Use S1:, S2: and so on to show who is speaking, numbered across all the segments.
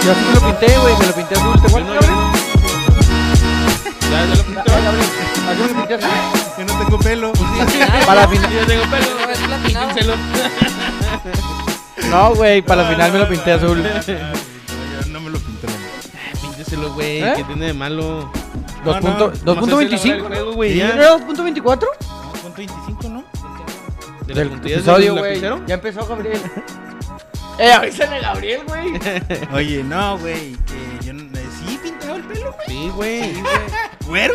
S1: pinté, güey, me lo pinté azul. ¿Te
S2: Yo
S1: acuerdas,
S2: no-
S1: Gabriel?
S2: ¿Ya, ya lo pinté?
S1: Azul me pinté azul.
S3: Que no tengo pelo.
S1: Para la
S2: Pues Sí,
S1: final.
S2: Yo tengo pelo.
S4: No, es platinado.
S2: Píntenselo.
S1: No, güey, para la final me lo pinté azul.
S3: No me lo pinté. la neta.
S2: Píntenselo, güey.
S1: ¿Eh?
S2: ¿Qué tiene de malo?
S1: Dos
S3: No,
S1: punto-
S3: no,
S1: dos
S2: Nomás
S1: punto
S2: es elaborar el
S1: 25.
S2: juego, güey,
S1: ¿Sí,
S2: ya.
S1: ¿No era 2.24?
S3: Punto 25, ¿no?
S2: De
S1: Del
S2: las puntillas
S1: episodio,
S2: del
S1: güey.
S2: lapicero.
S1: Ya empezó Gabriel. Eh, avísale a Gabriel, güey.
S3: Oye, no, güey. Que yo no- eh, sí pintaba el pelo, güey.
S2: Sí, güey.
S3: ¿Güero?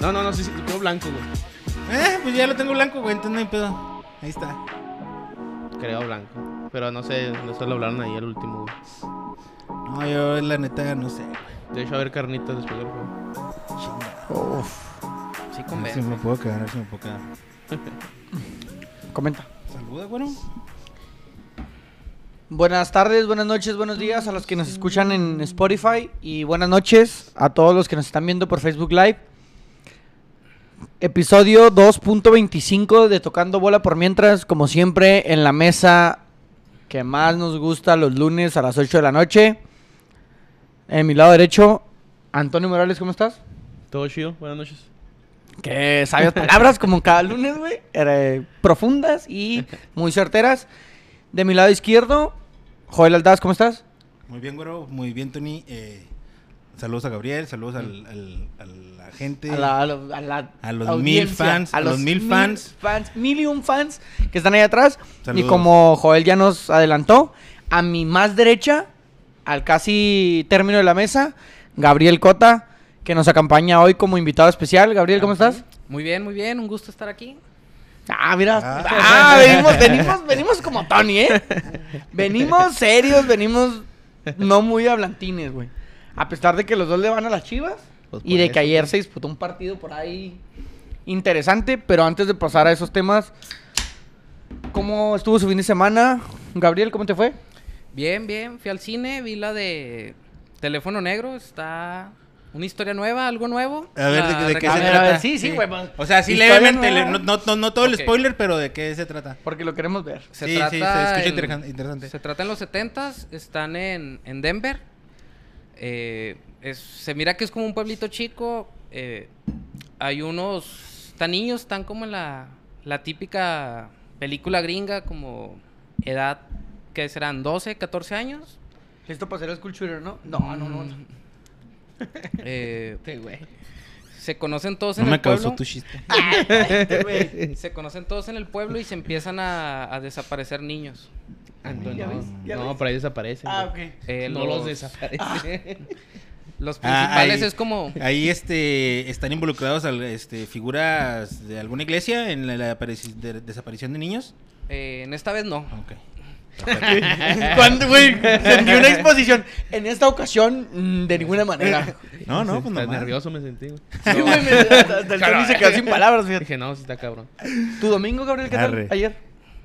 S2: No, no, no, sí, sí, todo blanco, güey.
S3: Eh, pues ya lo tengo blanco, güey. Entonces no hay pedo. Ahí está.
S2: Creo blanco. Pero no sé, no se lo hablaron ahí al último, güey.
S3: No, yo la neta no sé, güey.
S2: De hecho, a ver carnitas después del juego.
S3: Chinga.
S4: Sí,
S3: A
S4: con
S3: ver Si me puedo quedar, a ver si me puedo quedar.
S1: Comenta.
S3: Saluda, güero.
S1: Buenas tardes, buenas noches, buenos días a los que nos escuchan en Spotify y buenas noches a todos los que nos están viendo por Facebook Live. Episodio 2.25 de Tocando Bola por Mientras, como siempre, en la mesa que más nos gusta los lunes a las 8 de la noche. En mi lado derecho, Antonio Morales, ¿cómo estás?
S2: Todo chido, buenas noches.
S1: Que sabias palabras como cada lunes, güey. eh, profundas y muy certeras. De mi lado izquierdo, Joel Aldaz, ¿cómo estás?
S3: Muy bien, güero. Muy bien, Tony. Eh, saludos a Gabriel. Saludos
S4: Mm.
S3: al, al- a la gente.
S1: A, la- a la- a la
S3: A los
S1: audiencia,
S3: mil fans, a los mil fans.
S1: fans, mil y un fans que están ahí atrás. Y
S3: Saludos.
S1: como Joel ya nos adelantó, a mi más derecha, al casi término de la mesa, Gabriel Cota, que nos acompaña hoy como invitado especial. Gabriel, ¿cómo estás?
S4: Muy bien, muy bien. Un gusto estar aquí.
S1: Ah, mira.
S3: Ah.
S1: Ah, venimos, venimos, venimos como Tony, ¿eh? Venimos serios, venimos no muy hablantines, güey. A pesar de que los dos le van a las chivas
S2: Pues
S1: y
S2: por
S1: de
S2: eso,
S1: que ayer se disputó un partido por ahí interesante, pero antes de pasar a esos temas, ¿cómo estuvo su fin de semana? Gabriel, ¿cómo te fue?
S4: Bien, bien. Fui al cine, vi la de Teléfono Negro. Está una historia nueva, algo nuevo.
S3: A ver, ¿de,
S4: La
S3: de qué
S4: recom-
S3: se
S1: a ver, a
S3: trata?
S1: ver, sí, sí, güey, pues,
S3: O sea, sí
S1: historia
S3: levemente,
S1: nueva.
S3: le- no, no, no, no todo el
S4: Ok.
S3: spoiler, pero ¿de qué se trata?
S1: Porque lo queremos ver.
S4: Se
S3: sí,
S4: trata
S3: sí, se escucha
S4: en-
S3: interesan- interesante.
S4: Se trata en los 70s, están en, en Denver. Eh, es- se mira que es como un pueblito chico. eh, hay unos. Están niños, están como en la, la típica película gringa, como edad que serán 12, 14 años.
S1: Listo para hacer el school shooter, ¿no? Mm. No, no, no. no.
S4: Mm. Eh,
S1: Este, güey.
S4: se conocen todos
S3: No
S4: en
S3: me
S4: el pueblo.
S3: causó tu chiste.
S1: Este, güey.
S4: Se conocen todos en el pueblo y se empiezan a, a desaparecer niños.
S1: Ah, ¿Ya ves? ¿Ya
S2: no,
S1: ves?
S2: por ahí desaparecen.
S1: Ah,
S2: güey.
S1: ok.
S4: Eh,
S2: no los, desaparece.
S4: Los
S3: Ah,
S4: principales
S3: ahí.
S4: es como.
S3: Ahí este, están involucrados al- este, figuras de alguna iglesia en la, la apareci- de- desaparición de niños.
S4: eh, en esta vez no.
S3: Ok.
S1: ¿Cuándo, güey? Sentí una exposición. En esta ocasión, mm, de ninguna manera.
S3: No, no, pues
S2: Hasta
S3: nomás.
S2: nervioso me sentí, güey.
S1: Sí, güey, me- hasta hasta el Tony se quedó sin palabras, fíjate.
S2: Dije, no, sí está cabrón.
S1: ¿Tu domingo, Gabriel, qué
S3: Arre.
S1: tal? Ayer.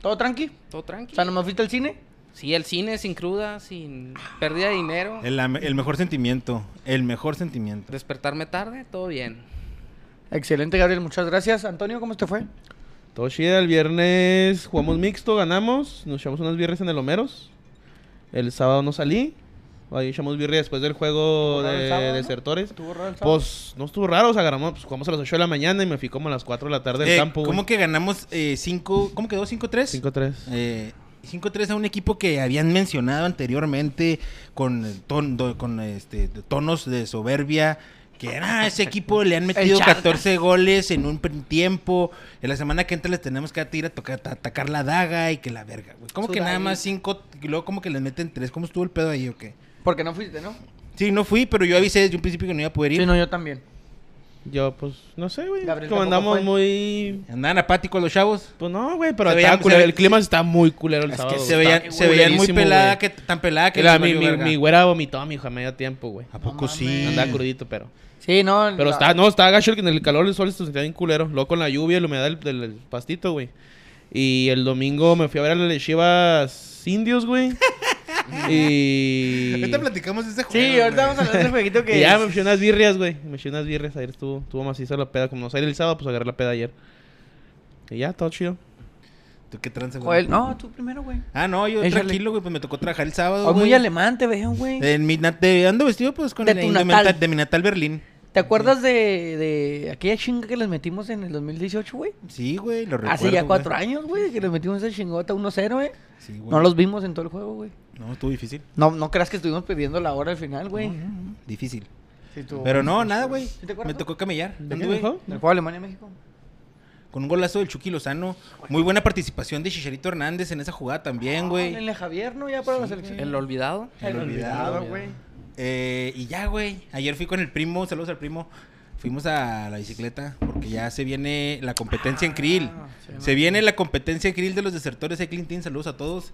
S1: ¿Todo tranqui?
S4: Todo
S1: O
S4: tranquilo.
S1: sea, nomás fuiste al cine.
S4: Sí, el cine sin cruda, sin pérdida de dinero.
S3: El, am- el mejor sentimiento. El mejor sentimiento.
S4: Despertarme tarde, todo bien.
S1: Excelente, Gabriel, muchas gracias. Antonio, ¿cómo te fue?
S2: Todo chido, el viernes jugamos mixto, ganamos. Nos echamos unas birrias en el Homeros. El sábado no salí. Ahí echamos birria después del juego
S1: Raro el
S2: de
S1: sábado, ¿no?
S2: desertores.
S1: ¿Estuvo raro el sábado?
S2: Pues no estuvo raro, o sea, agarramos, pues, jugamos a las 8 de la mañana y me fui como a las 4 de la tarde
S3: Eh,
S2: del campo.
S3: ¿Cómo que ganamos 5? ¿Cómo quedó? ¿5-3?
S2: 5-3.
S3: Eh, 5-3 a un equipo que habían mencionado anteriormente con, eh, ton- do- con este, tonos de soberbia. Que ah, ese equipo le han metido
S1: Charcas.
S3: 14 goles en un pr- tiempo. En la semana que entra les tenemos que ir a tocar, a atacar la daga y que la verga, güey. ¿Cómo que
S1: Sudadito.
S3: nada más 5? Y luego, ¿cómo que les meten 3? ¿Cómo estuvo el pedo ahí o qué?
S1: Porque no fuiste, ¿no?
S3: Sí, no fui, pero yo avisé desde un principio que no iba a poder ir.
S1: Sí, no, yo también.
S2: Yo, pues, no sé, güey.
S1: Gabriel
S2: Como
S1: tampoco
S2: andamos
S1: fue.
S2: muy.
S3: Andaban apáticos los chavos.
S2: Pues no, güey, pero
S3: Se
S2: estaba
S3: veían- se
S2: culero,
S3: ve-
S2: el clima está muy culero el
S3: Es
S2: sábado.
S3: que se
S2: güey.
S3: veían,
S2: Está
S3: se veían muy
S2: culerísimo,
S3: pelada,
S2: güey.
S3: que, tan pelada que...
S2: Era,
S3: les
S2: mi,
S3: valió
S2: mi-
S3: verga.
S2: mi güera vomitó a mi hija a medio tiempo, güey.
S3: ¿A poco
S1: No
S3: sí?
S2: Andaba crudito, pero.
S1: Sí, no.
S2: Pero
S1: la-
S2: está, no, está gacho el que en el calor del sol se sentía bien culero. Luego con la lluvia, la humedad del, del- del pastito, güey. Y el domingo me fui a ver a las Chivas Indios, güey. y.
S3: Ahorita platicamos de ese juego.
S1: Sí, ahorita
S3: güey.
S1: vamos a hablar del jueguito que.
S2: y ya
S1: es-
S2: me eché unas birrias, güey. Me eché unas birrias. Ayer estuvo, estuvo maciza la peda. Como no salí el sábado, pues agarré la peda ayer. Y ya, todo chido.
S3: ¿Tú qué trance, güey?
S1: Joel, no, tú primero, güey.
S3: Ah, no, yo
S1: Échale.
S3: tranquilo, güey, pues me tocó trabajar el sábado,
S1: Hoy
S3: güey.
S1: muy alemán te veo, güey.
S3: En mi nat- de- ando vestido pues con
S1: De
S3: la
S1: tu
S3: indumenta-
S1: natal.
S3: de mi natal Berlín.
S1: ¿Te acuerdas de, de aquella chinga que les metimos en el 2018, güey?
S3: Sí, güey, lo recuerdo.
S1: Hace ya
S3: güey.
S1: cuatro años, güey, que les metimos esa chingota 1-0, güey.
S3: Sí, güey.
S1: No los vimos en todo el juego, güey.
S3: No, estuvo difícil.
S1: No, no creas que estuvimos pidiendo la hora al final, güey.
S3: Difícil.
S1: Sí, tú-
S3: Pero no, nada, güey.
S1: te acuerdas?
S3: Me tocó camellar.
S2: ¿De qué
S3: Anduve
S2: mejor?
S1: ¿El juego Alemania-México?
S3: Con un golazo del Chucky Lozano. Muy buena participación de Chicharito Hernández en esa jugada también, güey.
S1: Ah, En Javier, ¿no? Ya para la selección.
S4: El olvidado.
S3: El olvidado,
S1: güey.
S3: Eh, y ya, güey. Ayer fui con el primo, saludos al primo. Fuimos a la bicicleta porque ya se viene la competencia en Krill. Ah, se viene la competencia en Krill de los desertores de Clinton. Saludos a todos.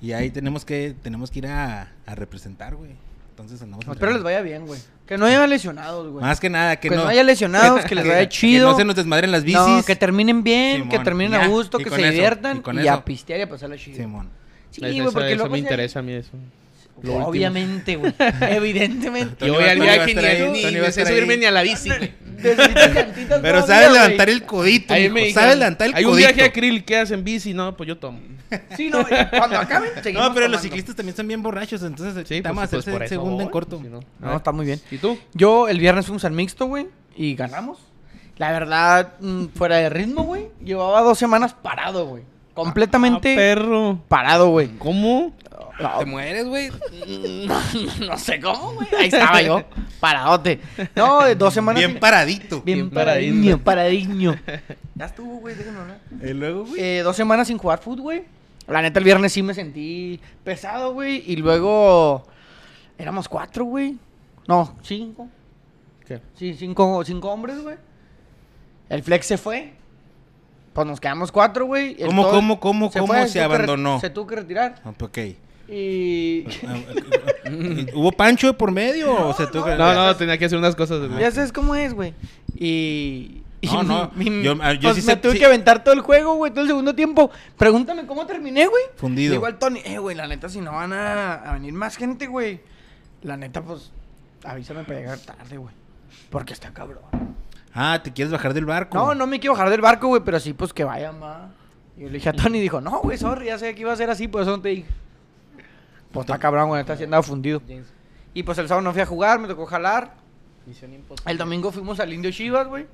S3: Y ahí tenemos que tenemos que ir a, a representar, güey. Entonces andamos.
S1: Espero les
S3: entrenando.
S1: vaya bien, güey. Que no haya lesionados, güey.
S3: Más que nada, que,
S1: Que no haya lesionados, que les vaya chido.
S3: Pues Que no se nos desmadren las bicis.
S1: No, que terminen bien, que
S3: Simón,
S1: terminen
S3: ya,
S1: a gusto,
S3: y
S1: que
S3: con
S1: se
S3: eso,
S1: diviertan
S3: y con
S1: y, a
S3: eso.
S1: pistear y a pasarla chido.
S3: Simón.
S1: Sí,
S2: Eso-
S1: güey,
S2: eso-
S1: porque
S2: eso
S1: luego
S2: me
S1: ya-
S2: interesa a mí eso. Lo último.
S1: Obviamente, güey. Evidentemente.
S3: Yo voy al viaje ni- ni- ni sé subirme ni
S4: a la bici.
S1: Necesitas llantitas
S3: Pero
S1: todavía,
S3: sabes
S1: güey.
S3: levantar el codito,
S2: Ahí
S3: mijo,
S2: me dijeron,
S3: Sabes levantar el
S2: Hay
S3: codito.
S2: un viaje a Krill que hacen bici. No, pues yo tomo.
S1: Sí, no, cuando acaben, seguimos
S3: No, pero los
S1: tomando.
S3: ciclistas también están bien borrachos, entonces
S2: Sí,
S3: estamos
S2: pues, pues
S3: a hacerse
S2: por eso
S3: segundo en
S2: voy,
S3: corto.
S2: si no.
S1: No, está muy bien.
S2: ¿Y tú?
S1: Yo el viernes fuimos al mixto, güey, y ganamos. La verdad, mm, fuera de ritmo, güey. Llevaba dos semanas parado, güey.
S2: Ah,
S1: Completamente
S2: perro.
S1: parado, güey.
S2: ¿Cómo?
S1: No,
S4: Te mueres, güey.
S1: Mm, no, no sé cómo, güey. Ahí estaba yo, paradote. No, de dos semanas.
S3: Bien
S1: sin-
S3: paradito.
S1: Bien,
S2: Bien
S1: paradiño,
S2: paradiño.
S1: paradiño. Ya estuvo, güey, déjenme hablar.
S3: Y luego, güey.
S1: Eh, dos semanas sin jugar fútbol, güey. La neta, el viernes sí me sentí pesado, güey. Y luego éramos cuatro, güey. No, cinco.
S2: ¿Qué?
S1: Sí, cinco, cinco hombres, güey. El flex se fue. Pues nos quedamos cuatro, güey. El
S3: ¿Cómo,
S1: todo-
S3: cómo, cómo, cómo se
S1: tuvo que re-
S3: abandonó?
S1: Se tuvo que retirar.
S3: Ah, pues, Ok.
S1: Y. Mm.
S3: ¿Hubo pancho de por medio o se tuvo que-
S2: No, no, tenía que hacer unas cosas. güey.
S1: ya sabes cómo es, güey. Y. y
S3: Ah, No, no, yo- ah, yo
S1: pues
S3: sí
S1: me
S3: sé-
S1: tuve
S3: sí-
S1: que aventar todo el juego, güey, todo el segundo tiempo. Pregúntame cómo terminé, güey.
S3: Fundido.
S1: Igual Tony, eh, güey, la neta, si no van a, a venir más gente, güey. La neta, pues, avísame para llegar tarde, güey. Porque está cabrón.
S3: Ah, ¿te quieres bajar del barco?
S1: No, no me quiero bajar del barco, güey, pero sí, pues que vaya más. Y yo le dije a Tony, dijo, no, güey, sorry, ya sé que iba a ser así, por eso no te dije. Pues está cabrón, güey, está haciendo fundido. Y pues el sábado no fui a jugar, me tocó jalar.
S4: Misión imposible.
S1: El domingo fuimos al Indio Chivas, güey.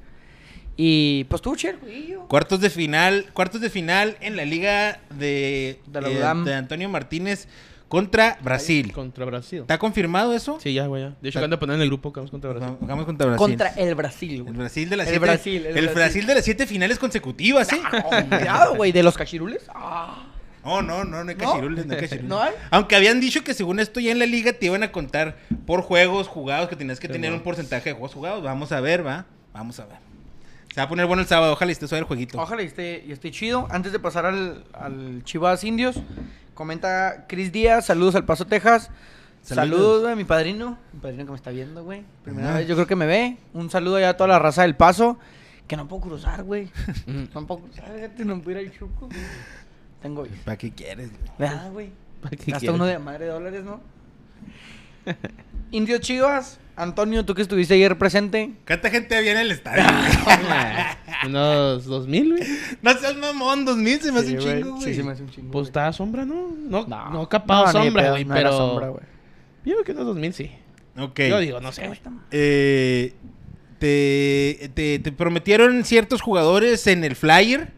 S1: Y pues tú, el güeyillo.
S3: Cuartos de final, cuartos de final en la liga de, eh,
S1: De la UDAM.
S3: de Antonio Martínez contra Brasil.
S2: Contra Brasil.
S3: ¿Está confirmado eso?
S2: Sí, ya, güey. ya. De hecho,
S3: Ta-
S2: acaban de poner en el grupo que vamos contra Brasil.
S3: Vamos contra Brasil.
S1: Contra el Brasil,
S3: El
S1: güey.
S3: Brasil de las
S1: El
S3: siete.
S1: Brasil, el
S3: el Brasil.
S1: Brasil
S3: de las siete finales consecutivas, ¿eh?
S1: Oh, Cuidado, güey, de los cachirules. Ah,
S3: No, no, no, no hay
S1: ¿No?
S3: cachirules, no hay cachirules.
S1: ¿No hay?
S3: Aunque habían dicho que según esto ya en la liga te iban a contar por juegos jugados, que tenías que tener un porcentaje de juegos jugados. Vamos a ver, va. Vamos a ver. Se va a poner bueno el sábado, ojalá y estés suave el jueguito.
S1: Ojalá y esté, y esté chido. Antes de pasar al, al Chivas Indios, comenta Chris Díaz. Saludos al Paso, Texas.
S3: Saludos.
S1: Saludos, güey, a mi padrino. Mi padrino que me está viendo, güey. Primera
S3: Ajá.
S1: vez, yo creo que me ve. Un saludo allá a toda la raza del Paso. Que no puedo cruzar, güey. no puedo cruzar, fíjate, no puedo ir al chuco. Tengo vida.
S3: ¿Para qué quieres? güey?
S1: ¿Verdad, güey?
S2: ¿Para qué
S1: Gasta
S2: quieres?
S1: uno de madre de dólares, ¿no? Indio Chivas, Antonio, tú que estuviste ayer presente.
S3: ¿Cuánta gente había en el estadio?
S2: Unos 2000, güey.
S3: no seas mamón, 2000 se me hace
S1: Sí,
S3: un
S1: güey.
S3: chingo, güey.
S1: Sí, se me hace un chingo.
S2: Pues
S1: güey.
S2: estaba sombra, ¿no? No, no,
S1: no,
S2: capaz
S1: ni
S2: sombra,
S1: pedo,
S2: güey,
S1: no era
S2: pero...
S1: sombra, güey.
S2: Yo creo que unos 2000 sí.
S3: Ok.
S2: Yo digo,
S1: pues,
S2: no sé, güey.
S3: Eh, te, te- te prometieron ciertos jugadores en el flyer.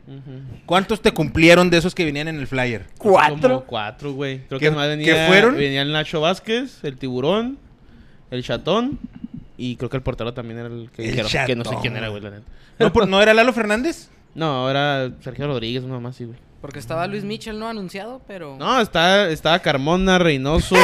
S3: ¿Cuántos te cumplieron de esos que venían en el flyer?
S1: Cuatro.
S2: Como cuatro, güey. Creo
S3: ¿Qué-
S2: que más venía,
S3: qué fueron?
S2: venía el Nacho Vázquez, el Tiburón, el Chatón y creo que el portero también era el que
S3: El
S2: dijeron. Que no sé
S3: Chatón.
S2: quién era, güey, la neta.
S3: ¿No, por- ¿no era Lalo Fernández?
S2: No, ahora Sergio Rodríguez, una más, sí, güey.
S4: Porque estaba Luis Mitchell no anunciado, pero.
S2: No, está, estaba Carmona, Reynoso,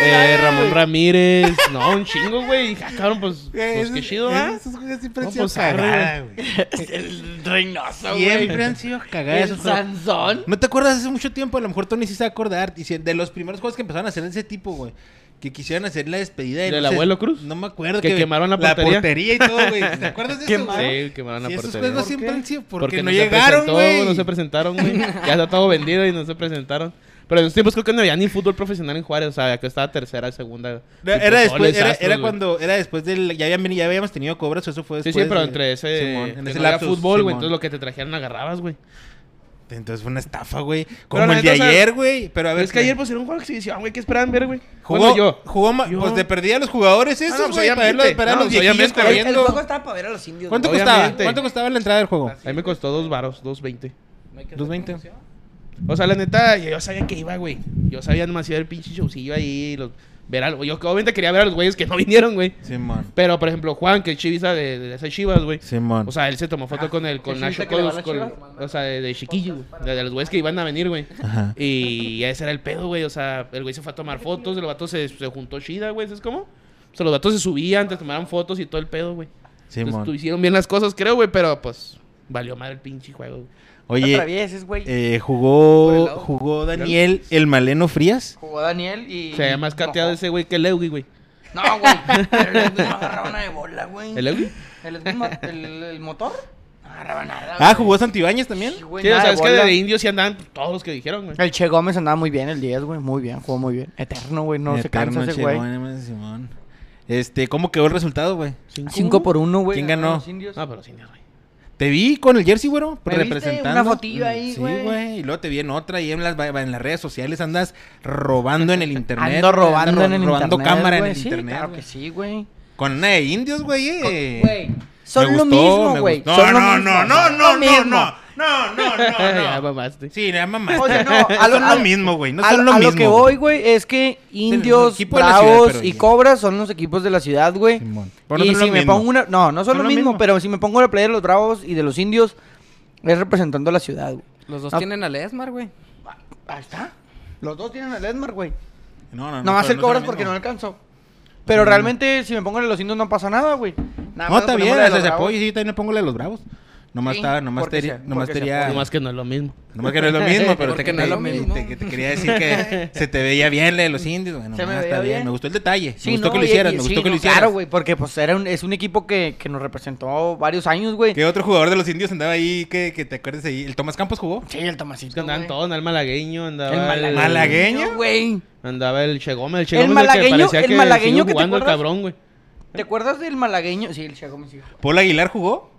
S2: eh, Ramón Ramírez. No, un chingo, güey. Dije, ah, cabrón,
S3: Eh,
S2: pues, pues qué chido, ¿ah?
S3: Esos juegos siempre
S2: No,
S3: han sido
S2: pues, arre,
S3: cagadas, güey.
S1: El Reynoso,
S3: Siempre han sido cagadas.
S1: El
S3: esos juegos.
S1: Sansón.
S3: ¿No te acuerdas hace mucho tiempo? A lo mejor Tony sí se va a acordar. y si- De los primeros juegos que empezaron a hacer de ese tipo, güey. Que quisieran hacer la despedida. y
S2: ¿Del
S3: no sé-
S2: abuelo Cruz?
S3: No me acuerdo.
S2: Que quemaron la portería.
S3: y todo, güey. ¿Te acuerdas de eso,
S1: Quemaron.
S3: güey?
S2: Sí, quemaron la
S3: Sí, esos
S2: portería.
S3: juegos
S2: ¿Por
S3: siempre
S1: qué?
S3: han sido... Porque, no,
S2: se
S3: llegaron,
S2: presentó,
S3: güey.
S2: No se presentaron, güey. Ya está todo vendido y no se presentaron. Pero en esos tiempos creo que no había ni fútbol profesional en Juárez. O sea, que estaba tercera, segunda.
S3: Era,
S2: tipo,
S3: era
S2: todo
S3: después,
S2: el
S3: era,
S2: desastre,
S3: era
S2: güey.
S3: cuando, era después del, ya, habían, venido- ya habíamos tenido cobras, eso fue
S2: Sí,
S3: después.
S2: sí, pero
S3: de-
S2: entre ese.
S3: Simón,
S2: que
S3: en ese
S2: no había
S3: lapsus,
S2: fútbol, güey.
S3: Simón.
S2: Entonces lo que te trajeron agarrabas, güey.
S3: Entonces fue una estafa, güey.
S2: Pero
S3: Como
S2: la
S3: el de
S2: neta, o sea,
S3: ayer, güey. Pero a ver.
S2: Es que ayer pues era un juego de exhibición, güey. ¿Qué esperaban ver, güey?
S3: Jugó,
S2: Bueno, yo.
S3: jugó ma-
S2: Yo.
S3: pues de perdida a los jugadores
S2: no,
S3: esos,
S2: pues,
S3: güey, para verlo-
S2: obviamente.
S3: para ver
S2: No,
S3: los
S2: pues,
S3: viejitos
S1: El,
S2: obviamente.
S1: el
S3: corriendo.
S1: juego estaba para ver a los indios.
S3: ¿Cuánto
S1: güey.
S3: costaba?
S2: Obviamente.
S3: ¿Cuánto costaba la entrada del juego?
S2: A mí me costó dos varos, dos veinte.
S3: Dos veinte.
S2: O sea, la neta, yo yo sabía que iba, güey. Yo sabía nomás iba el pinche showcillo ahí. Los, ver algo. Yo obviamente quería ver a los güeyes que no vinieron, güey.
S3: Simón.
S2: Pero, por ejemplo, Juan, que es chivista de, de esas chivas, güey.
S3: Simón.
S2: O sea, él se tomó foto con el con
S1: ¿el
S2: Nacho
S1: chivista que le va a
S2: Codos,
S1: las
S2: con-
S1: Chivas?
S2: o sea, de, de chiquillo, güey, de, de los güeyes que iban a venir, güey.
S3: Ajá.
S2: Y ese era el pedo, güey. O sea, el güey se fue a tomar fotos, el vato se, se juntó chida, güey. ¿Sabes cómo? O sea, los vatos se subían, te tomaron fotos y todo el pedo, güey. Entonces, tú
S3: Simón.
S2: hicieron bien las cosas, creo, güey, pero pues valió madre el pinche juego. güey.
S1: Otra
S3: Oye,
S1: vez, es, güey.
S3: eh,
S4: Por el
S3: jugó
S4: lado.
S3: jugó Daniel el Maleno Frías.
S1: Jugó Daniel y.
S2: Se había más cateado
S1: mojó.
S2: ese güey que el Leugi, güey.
S1: No, güey. Pero el Edwin no agarraba una de bola, güey.
S2: ¿El Leugi?
S1: ¿El, Edwin mo- el- el motor? No agarraba nada.
S3: Ah,
S1: güey.
S3: jugó Santibáñez también.
S1: Sí, güey,
S2: Sí,
S1: Pues
S2: o
S1: nada
S2: sea,
S1: de
S2: es que
S1: bola.
S2: de indios sí andaban todos los que dijeron, güey.
S1: El Che Gómez andaba muy bien, el 10, güey. Muy bien, jugó muy bien. Eterno, güey. No se
S3: Eterno,
S1: cansa ese
S3: che,
S1: güey.
S3: no, no, Simón. Este, ¿cómo quedó el resultado, güey?
S2: ¿Cinco
S1: 5
S2: uno?
S1: por 1, güey. Ah,
S3: ¿Quién ganó? Ah,
S1: Los indios.
S2: No, pero los indios, güey.
S3: Te vi con el jersey, güero,
S1: ¿Me viste? Una fotillo ahí,
S3: Sí,
S1: güey.
S3: güey. Y luego te vi en otra y en las, en las redes sociales andas robando en el internet.
S1: Ando
S3: güey,
S1: robando
S3: ro-
S1: en el
S3: robando
S1: internet,
S3: cámara
S1: güey.
S3: en el
S1: Sí,
S3: internet.
S1: Claro
S3: güey.
S1: que sí, güey.
S3: Con una de indios, güey. eh.
S1: Güey, son
S3: Me
S1: lo
S3: gustó,
S1: mismo,
S3: me
S1: güey.
S3: gustó. No,
S1: son lo
S3: no,
S1: mismo.
S3: no, no,
S1: Son lo
S3: no, no, no,
S1: mismo.
S3: no, no, no,
S2: ya
S3: no.
S2: mamaste.
S3: Sí, nada más.
S1: O sea, no, a lo-
S3: son
S1: a-
S3: lo mismo, güey. No
S1: a,
S3: son lo
S1: a
S3: mismo.
S1: que voy, güey, es que indios,
S3: equipo de la ciudad,
S1: bravos
S3: pero
S1: y
S3: ya.
S1: cobras son los equipos de la ciudad, güey.
S3: Simón. Pero no
S1: Y
S3: son
S1: si
S3: lo
S1: me
S3: mismo.
S1: pongo una... No, no son, lo, mismo, pero si me pongo la playa de los bravos y de los indios, es representando a la ciudad, güey.
S4: Los dos
S1: Ah.
S4: tienen al Esmar, güey.
S1: Ahí está. Los dos tienen el Edmar, güey.
S3: No, no,
S1: Nomás
S3: Ah, pero
S1: el
S3: son
S1: cobras
S3: lo
S1: porque no
S3: mismo.
S1: alcanzó. Pero realmente, si me pongo en los indios no pasa nada, güey. Nada
S3: No,
S1: más
S3: está
S1: nos
S3: bien.
S1: ponemos la de los
S3: Se
S1: bravos.
S3: apoya. Sí, también le pongo la de los bravos. Nomás
S1: Sí,
S3: estaba, nomás
S1: porque
S3: te
S1: se-
S3: nomás
S1: porque
S3: te
S1: se
S3: haría-
S1: apoya.
S2: Nomás que no es lo mismo.
S3: Nomás que no es lo mismo, pero te,
S4: Porque no es lo
S3: te-
S4: mismo.
S3: te- te quería decir que se te veía bien la de los indios. Bueno,
S1: Se me
S3: ah,
S1: veía
S3: está bien.
S1: bien.
S3: Me gustó el detalle.
S1: Sí,
S3: me gustó
S1: no,
S3: que lo
S1: y-
S3: hicieras.
S1: y-
S3: me
S1: sí,
S3: gustó que
S1: no,
S3: lo hicieras.
S1: Claro, güey, porque pues era un, es un equipo que, que nos representó varios años, güey.
S3: ¿Qué otro jugador de los indios andaba ahí que, que te acuerdes ahí? ¿El Tomás Campos jugó?
S1: Sí, el
S2: Es que
S1: Tomasito,
S2: andaban
S1: güey.
S2: todos, andaba el malagueño, andaba
S1: El malagueño,
S3: ¿Malagueño?
S1: güey.
S2: Andaba el Che Gómez, el Che
S1: El
S2: Gómez el
S1: malagueño-
S2: que parecía
S1: el
S2: que
S1: malagueño
S2: sigue
S1: que te
S2: jugando el
S1: acuerdas.
S2: cabrón, güey.
S1: ¿Te acuerdas del malagueño? Sí, el Chaco me dijo.
S3: ¿Paul Aguilar jugó?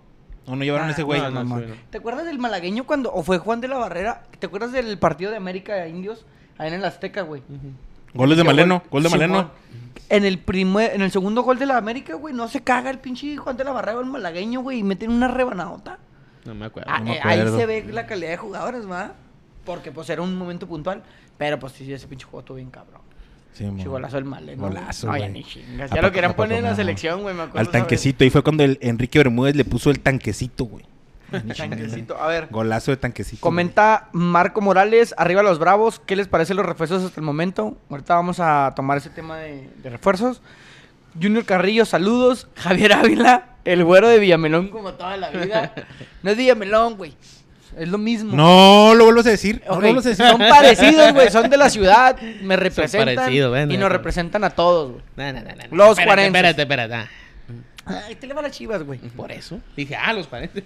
S3: ¿O no
S1: Ah,
S3: llevaron a ese güey?
S2: no, no,
S3: Mamá.
S2: ese güey
S1: ¿Te acuerdas del malagueño cuando o fue Juan de la Barrera? ¿Te acuerdas del partido de América de Indios ahí en el Azteca, güey?
S3: Goles de
S1: Que
S3: Maleno. Gol de
S1: Simón.
S3: Maleno.
S1: En el primer, en el segundo gol de la América, güey, no se caga el pinche Juan de la Barrera o el malagueño, güey, y meten una rebanadota.
S2: No me acuerdo.
S1: Ah,
S3: me
S1: eh, ahí
S3: acuerdo.
S1: se ve la calidad de jugadores, ¿va? Porque pues era un momento puntual, pero pues sí, ese pinche juego estuvo bien cabrón.
S3: Sí, mamá.
S1: Pinche golazo del Maleno. güey.
S3: Golazo,
S1: No, ya
S3: güey.
S1: ni chingas.
S3: ¿A
S1: Ya lo
S3: poco- a
S1: querían
S3: poco
S1: poner en la
S3: no?
S1: selección, güey, me acuerdo.
S3: Al
S1: esa vez.
S3: tanquecito. Ahí fue cuando el Enrique Bermúdez le puso el tanquecito, güey.
S1: El tanquecito. A ver,
S3: Golazo de tanquecito.
S1: comenta Marco Morales, arriba los bravos, ¿qué les parece los refuerzos hasta el momento? Ahorita vamos a tomar ese tema de, de refuerzos. Junior Carrillo, saludos. Javier Ávila, el güero de Villamelón como toda la vida. No es Villamelón, güey. Es lo mismo.
S3: güey. No lo vuelvas a decir. No
S1: Ok,
S3: lo vuelvas a decir.
S1: Son parecidos, güey. Son de la ciudad. Me representan.
S2: parecidos, bueno,
S1: y
S2: ya.
S1: nos representan a todos, güey.
S2: No, no, no, no, no.
S1: Los
S2: Espérate,
S1: cuarentas.
S2: Espérate, espérate. ah.
S1: Ay, te le van a chivas, güey.
S2: Por eso. Dije, ah, los 40.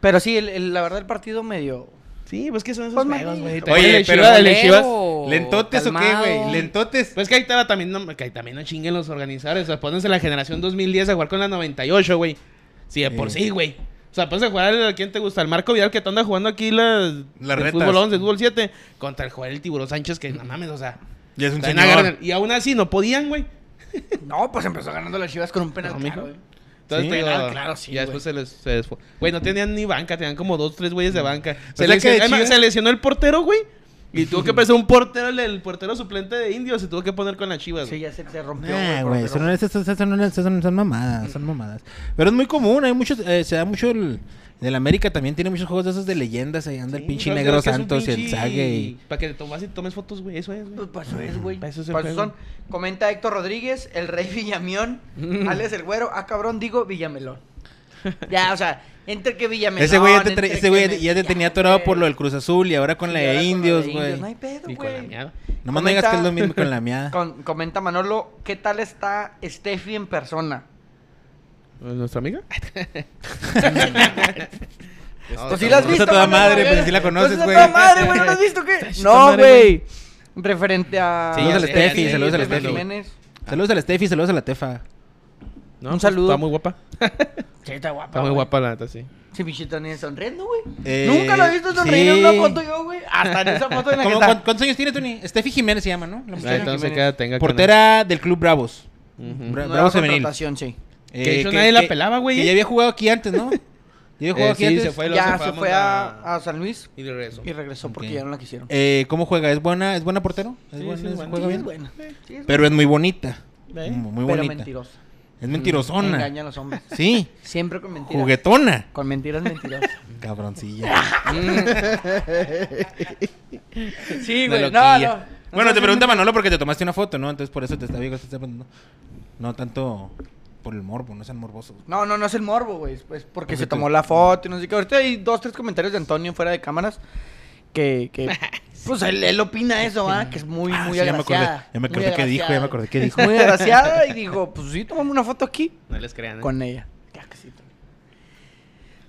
S1: Pero sí, el- el- la verdad, el partido medio.
S2: Sí, pues que son esos
S1: Pues,
S2: juegos,
S1: manito.
S2: güey.
S1: Oye,
S2: También el
S3: pero-
S2: Chivas, el
S4: Bolero,
S2: Chivas.
S3: ¿Lentotes o qué,
S4: calmado.
S3: güey? ¿Lentotes?
S2: Pues que ahí estaba también, no, que ahí también no chinguen los organizadores. O sea, pónganse la generación 2010 a jugar con la 98, güey. Sí, de por
S3: Eh.
S2: sí, güey. O sea, pónganse a jugar al quién te gusta, el Marco Vidal que te anda jugando aquí las,
S3: Las
S2: del
S3: retas.
S2: fútbol 11, del fútbol 7, contra el jugar el Tiburón Sánchez, que no mames, o sea.
S3: Ya es un
S2: también agarran
S3: señor.
S2: el- Y aún así no podían, güey.
S1: No, pues empezó ganando las chivas con un penal.
S2: No,
S1: claro,
S2: mijo.
S1: güey.
S2: Entonces,
S3: Sí.
S2: te digo,
S1: Penal, claro, sí,
S2: ya
S1: güey.
S2: después se les, se les fue. Güey, no tenían ni banca, tenían como dos, tres güeyes de banca. Se,
S3: sea Pues que
S2: lesionó,
S3: de
S2: además,
S3: Chivas-
S2: se lesionó el portero, güey. Y tuvo que pasar un portero, el, el portero suplente de indios, se tuvo que poner con la chivas.
S1: Sí,
S2: güey.
S1: ya se, se rompió.
S3: Nah,
S1: güey,
S3: Eh, güey,
S1: pero-
S3: eso no es- eso- eso no es- eso no- son mamadas, son mamadas. Pero es muy común, hay muchos, eh, se da mucho el... Del América también tiene muchos juegos de esos de leyendas, ahí anda el
S2: Sí,
S3: pinche
S2: ¿sabes?
S3: negro
S2: Es que es un
S3: Santos, el
S2: pinche-
S3: Zague y...
S2: Para que te tomas y tomes fotos, güey, eso es,
S1: Pues
S2: güey.
S1: para eso es, güey.
S2: Para eso es el
S1: Para eso son.
S2: juego.
S1: Comenta Héctor Rodríguez, el rey Villamión, Alex el Güero, ah, cabrón, digo Villamelón. Ya, o sea, entre que Villamelón.
S3: Ese güey ya te, tra-
S1: entre
S3: ese
S1: que
S3: güey
S1: me- "Ah,
S3: ya te- ya te tenía atorado
S1: güey.
S3: por lo del Cruz Azul y ahora con la
S1: Y ahora
S3: de
S1: con lo
S3: Indios,
S1: No hay
S3: güey.
S1: pedo,
S2: Y con la
S1: güey.
S2: mierda.
S3: Nomás no digas que es
S1: Comenta-
S3: lo mismo con la miada.
S1: Con- comenta Manolo, ¿qué tal está Steffi en persona?
S2: ¿Nuestra amiga?
S1: Pues sí la has
S3: conoces
S1: visto.
S3: a toda
S1: Manolo, ¿eh?
S3: madre,
S1: güey.
S3: pero sí la conoces,
S1: a
S3: güey.
S1: toda madre, güey, ¿no la has visto qué?
S2: Está
S1: No,
S2: madre,
S1: güey. Referente a...
S3: Saludos
S2: al Steffi,
S1: sí,
S2: saludos al
S1: Steffi
S3: Steffi.
S1: Jiménez.
S3: Saludos a la Steffi, saludos a la Tefa.
S2: No,
S1: Un
S2: pues,
S1: saludo.
S2: Está muy guapa.
S1: Sí, está guapa.
S2: Está muy
S1: güey.
S2: guapa la neta, sí.
S1: Sí, bichita ni sonriendo, güey.
S3: Eh,
S1: Nunca lo he visto sonreír en
S3: sí.
S1: una foto yo, güey. Hasta en esa foto en la que
S3: ¿Cómo-
S1: está.
S3: cuán- ¿Cuántos años tiene, Tony? Steffi Jiménez se llama, ¿no? La
S2: La
S3: muchacha.
S2: neta no sé
S1: Jiménez.
S2: qué edad tenga.
S3: Portera del Club Bravos.
S2: carnal. Ujú.
S3: Bra-
S1: Nueva
S3: Bravos femenil.
S1: contratación, sí.
S3: Eh,
S2: Que de hecho nadie la pelaba, güey,
S3: Que
S2: ¿eh?
S3: ya había jugado aquí antes, ¿no? Ya había jugado
S2: Eh,
S3: aquí
S2: sí,
S3: antes.
S2: se fue. Ahí lo
S1: Ya
S2: hace
S1: se
S2: fama
S1: fue a,
S2: la-
S1: a San Luis
S2: Y de regreso.
S1: y regresó porque
S3: Ok.
S1: ya no la quisieron.
S3: Eh, ¿Cómo juega? ¿Es buena, ¿es buena portero? ¿Es
S2: Sí,
S3: buena,
S2: sí, es
S3: ¿Es-
S2: buena.
S1: Sí,
S3: juega
S1: es
S3: bien?
S1: buena. Sí, es buena,
S3: Pero es muy bonita. Muy
S1: pero
S3: bonita.
S1: mentirosa.
S3: Es mentirosona.
S1: Engaña a los hombres.
S3: Sí.
S1: Siempre con mentiras.
S3: Juguetona.
S1: Con mentiras mentirosas.
S3: Cabroncilla.
S1: sí,
S2: Una
S1: güey. No,
S2: loquilla.
S1: no.
S3: bueno, te pregunta Manolo porque te tomaste una foto, ¿no? Entonces por eso te está viendo. No tanto por el morbo, no sean morbosos.
S1: No, no, no es el morbo, güey. Pues porque se
S3: Porque
S1: tomó
S3: te-
S1: la foto y no sé qué. Ahorita hay dos, tres comentarios de Antonio fuera de cámaras que. que pues él, él opina eso, ¿ah? Que es muy,
S3: Ah,
S1: muy
S3: sí, ya me acordé-
S1: agraciada.
S3: ya me
S1: muy
S3: acordé qué dijo, ya me
S1: agraciada.
S3: acordé qué dijo.
S1: Muy agraciada y dijo, pues sí, tomamos una foto aquí
S2: No les crean. ¿eh?
S1: con ella. Ya que sí, Antonio.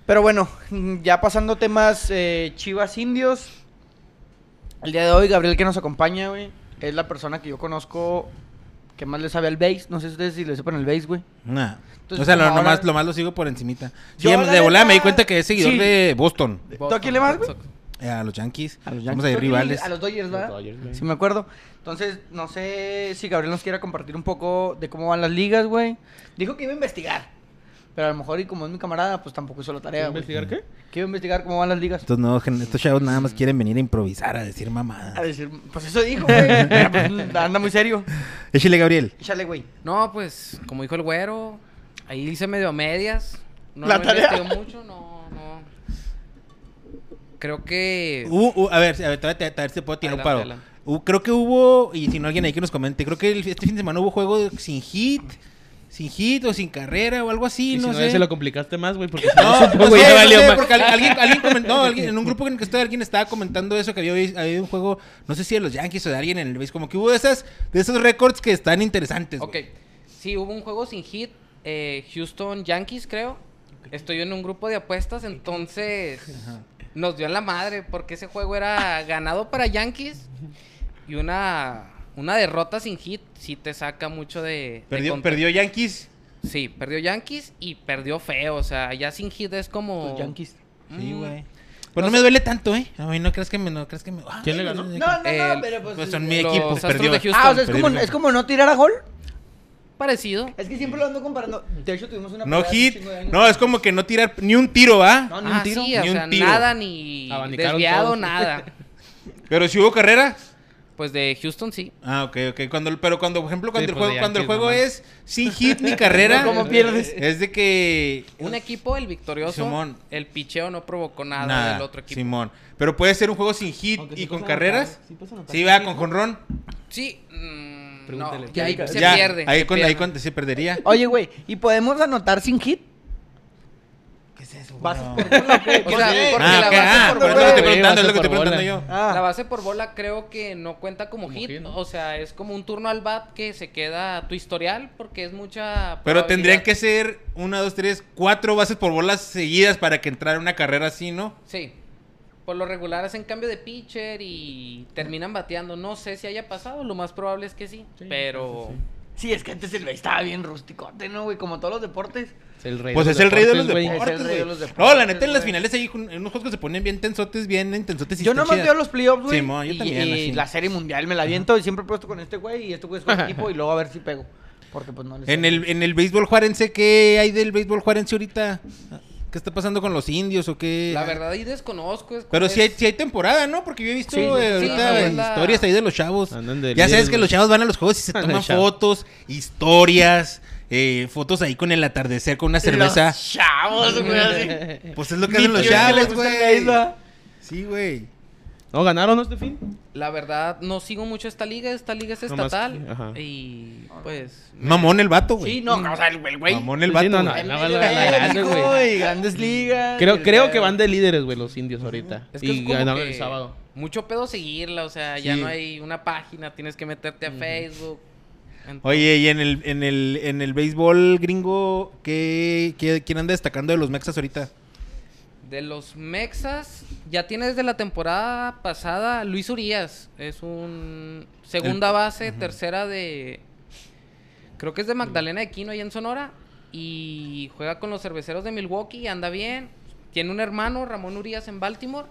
S1: Pero bueno, mm, ya pasando temas eh, chivas indios. El día de hoy, Gabriel que nos acompaña, güey, es la persona que yo conozco que más le sabe al bass. No sé ustedes si le sepan el bass, güey.
S3: Nah.
S1: Entonces,
S3: o sea, lo,
S1: como ahora-
S3: nomás, lo más lo sigo por encimita. Sí,
S1: Yo,
S3: de
S1: la neta-
S3: volada me di cuenta que es seguidor
S1: Sí.
S3: de Boston.
S1: ¿Tú a quién le vas, güey?
S3: Eh, a los Yankees.
S1: A los
S3: Vamos
S1: Yankees.
S3: a ir
S1: Creo que
S3: rivales.
S1: A los Dodgers, ¿verdad?
S2: Los Dodgers, güey.
S1: Sí, me acuerdo. Entonces, no sé si Gabriel nos quiera compartir un poco de cómo van las ligas, güey. Dijo que iba a investigar. Pero a lo mejor, y como es mi camarada, pues tampoco hizo la tarea, güey.
S2: ¿Investigar qué?
S1: Que iba a investigar cómo van las ligas.
S3: Estos, no, gen- estos chavos nada más quieren venir a improvisar, a decir
S1: A
S3: mamadas.
S1: decir, pues eso dijo, güey. Mira, pues, Anda muy serio.
S3: Échale, Gabriel.
S1: Échale, güey.
S4: No, pues, como dijo el güero, ahí hice medio a medias. No
S1: La
S4: lo
S1: tarea.
S4: investigué mucho, no, no. Creo que.
S3: Hubo- hubo- a ver, a ver, todavía te- a ver si te puedo tirar un paro.
S4: Adelante, adelante.
S3: Hu- creo que hubo, y si no alguien ahí que nos comente, creo que el- este fin de semana hubo juego de- sin hit, sin hit o sin carrera o algo así,
S2: Y si
S3: no
S2: no,
S3: sé.
S2: se lo complicaste más, güey, porque si
S3: No, no
S2: supo,
S3: sé,
S2: güey, ya
S3: no
S2: valió
S3: sé,
S2: más.
S3: porque al- alguien, alguien comentó, alguien- en un grupo en el que estoy, alguien estaba comentando eso, que había habido- había un juego, no sé si de los Yankees o de alguien en el base, como que hubo de esas, de esos récords que están interesantes.
S4: Ok.
S3: güey.
S4: Sí, hubo un juego sin hit. eh, Houston Yankees, creo. Estoy en un grupo de apuestas, entonces nos dio en la madre porque ese juego era ganado para Yankees y una, una derrota sin hit sí te saca mucho de... de
S3: Perdió,
S4: contexto.
S3: perdió Yankees.
S4: Sí, perdió Yankees y perdió feo. O sea, ya sin hit es como...
S2: Oh.
S1: Los Yankees.
S3: Sí,
S4: Mm,
S3: güey. Pero no, me duele tanto, ¿eh? A mí no crees que me... No crees que me... Ay,
S2: ¿Quién le ganó?
S3: güey,
S1: No, no, no,
S4: El-
S1: pero pues.
S3: pues son mi
S4: Los
S3: equipo,
S4: Astros
S3: perdió.
S4: de Houston.
S1: Ah, o sea, es como,
S3: Perdieron.
S1: es como no tirar a gol.
S4: Parecido.
S1: Es que siempre lo ando comparando. De hecho, tuvimos una.
S3: No
S1: pelea hace un
S3: hit.
S1: chingo de años.
S3: No, es como que no tirar ni un tiro, ¿va?
S1: No, ni un
S4: Ah,
S1: tiro.
S4: sí, o
S3: Ni un
S4: sea,
S3: tiro.
S4: nada ni
S2: Abanicaron
S4: desviado,
S2: todos.
S4: nada.
S3: Pero si hubo carrera.
S4: Pues de Houston sí.
S3: Ah, ok, ok. Cuando, pero cuando, por ejemplo, cuando
S2: Sí,
S3: el
S2: pues,
S3: juego,
S2: de
S3: cuando el
S2: Yankees,
S3: juego
S2: nomás.
S3: es sin hit ni carrera.
S1: ¿Cómo pierdes?
S3: Es de que.
S4: Un equipo, el victorioso,
S3: Simón.
S4: el picheo no provocó nada, del otro equipo.
S3: Simón. Pero puede ser un juego sin hit y con carreras. Sí, va, con jonrón.
S4: Sí, mm,
S2: Pregúntale.
S4: no, que ahí se
S3: Ya,
S4: pierde.
S3: Ahí,
S4: se
S3: con,
S4: pierde.
S3: ahí con- se perdería.
S1: Oye, güey, ¿y podemos anotar sin hit?
S3: ¿Qué es eso?
S1: ¿Vas
S3: No.
S1: a perderla o qué?
S4: O sea,
S1: Porque-
S4: porque
S3: Ah,
S4: la
S3: ok,
S4: base
S3: ah,
S1: por
S3: por eso
S1: bola,
S3: te estoy
S2: güey,
S3: preguntando, es lo que
S2: base
S3: estoy
S2: por
S3: preguntando yo.
S2: bola.
S1: Ah,
S4: La base por bola creo que no cuenta como,
S2: Como
S4: hit,
S2: hit, ¿no?
S4: o sea, es como un turno al bat que se queda a tu historial porque es mucha
S3: Pero
S4: probabilidad.
S3: tendrían que ser una, dos, tres, cuatro bases por bolas seguidas para que entrara una carrera así, ¿no?
S4: Sí. Por lo regular hacen cambio de pitcher y terminan bateando. No sé si haya pasado, lo más probable es que sí,
S2: Sí,
S4: pero
S2: sí,
S1: Sí, es que antes el béis estaba bien rusticote, ¿no, güey? Como todos los deportes.
S2: Es el rey
S3: Pues
S2: de
S3: es el rey de los
S2: güey.
S1: deportes.
S3: deportes,
S1: Es el rey de
S3: güey.
S1: los deportes,
S3: No, la neta, en las
S1: güey.
S3: finales hay jun- unos juegos que se ponen bien tensotes, bien intensotes. y
S1: Yo
S3: están
S1: nomás
S3: chidas.
S1: veo los playoffs, güey.
S3: Simón, yo
S1: y,
S3: también,
S1: y
S3: así.
S1: la serie mundial me la viento y siempre he puesto con este güey y este güey es con el equipo y luego a ver si pego. Porque pues no les
S3: En el, en el béisbol juarense, ¿qué hay del béisbol juarense ahorita? ¿Qué está pasando con los indios o qué?
S4: la verdad ahí desconozco. es-
S3: Pero
S4: es-
S3: si hay, sí hay temporada, ¿no? Porque yo he visto
S1: Sí, sí,
S3: eh,
S1: sí,
S3: ahorita
S4: sí, es la-
S3: historias ahí de los chavos.
S2: Andan de
S3: ya sabes
S2: líderes,
S3: que los
S2: güey.
S3: chavos van a los juegos y se
S2: Andan
S3: toman
S2: de chavo.
S3: fotos, historias, eh, fotos ahí con el atardecer, con una cerveza.
S1: Los chavos, güey, así.
S3: Pues es lo que hacen los
S1: Yo creo que les
S3: chavos,
S1: gusta la
S3: güey.
S1: isla.
S3: Sí, güey.
S2: No, ganaron ¿no, este fin.
S4: La verdad, no sigo mucho esta liga. Esta liga es
S2: Nomás que-
S4: estatal.
S2: ajá.
S4: Y pues.
S3: Mamón el vato, güey.
S1: Sí, no, o sea, el el güey.
S3: Mamón el
S2: Sí,
S3: vato.
S2: no,
S3: güey.
S2: no,
S1: El
S2: no,
S1: medio
S2: la- la- la-
S1: México
S2: la- güey.
S1: y grandes ligas.
S2: Creo,
S1: y el
S2: creo
S1: pedo.
S2: que van de líderes, güey, los indios ahorita.
S4: Es que es
S2: Y
S4: como
S2: ganaron
S4: que
S2: el sábado.
S4: Mucho pedo seguirla. O sea, ya
S3: Sí.
S4: no hay una página. Tienes que meterte a Facebook. Ent-
S3: Oye, y en el, en el, en el béisbol gringo, ¿qué, qué, quién anda destacando de los mexas ahorita?
S4: De los Mexas, ya tiene desde la temporada pasada Luis Urias. Es un segunda base, tercera de. Creo que es de Magdalena de Quino, ahí en Sonora. y juega con los cerveceros de Milwaukee, anda bien. Tiene un hermano, Ramón Urias, en Baltimore.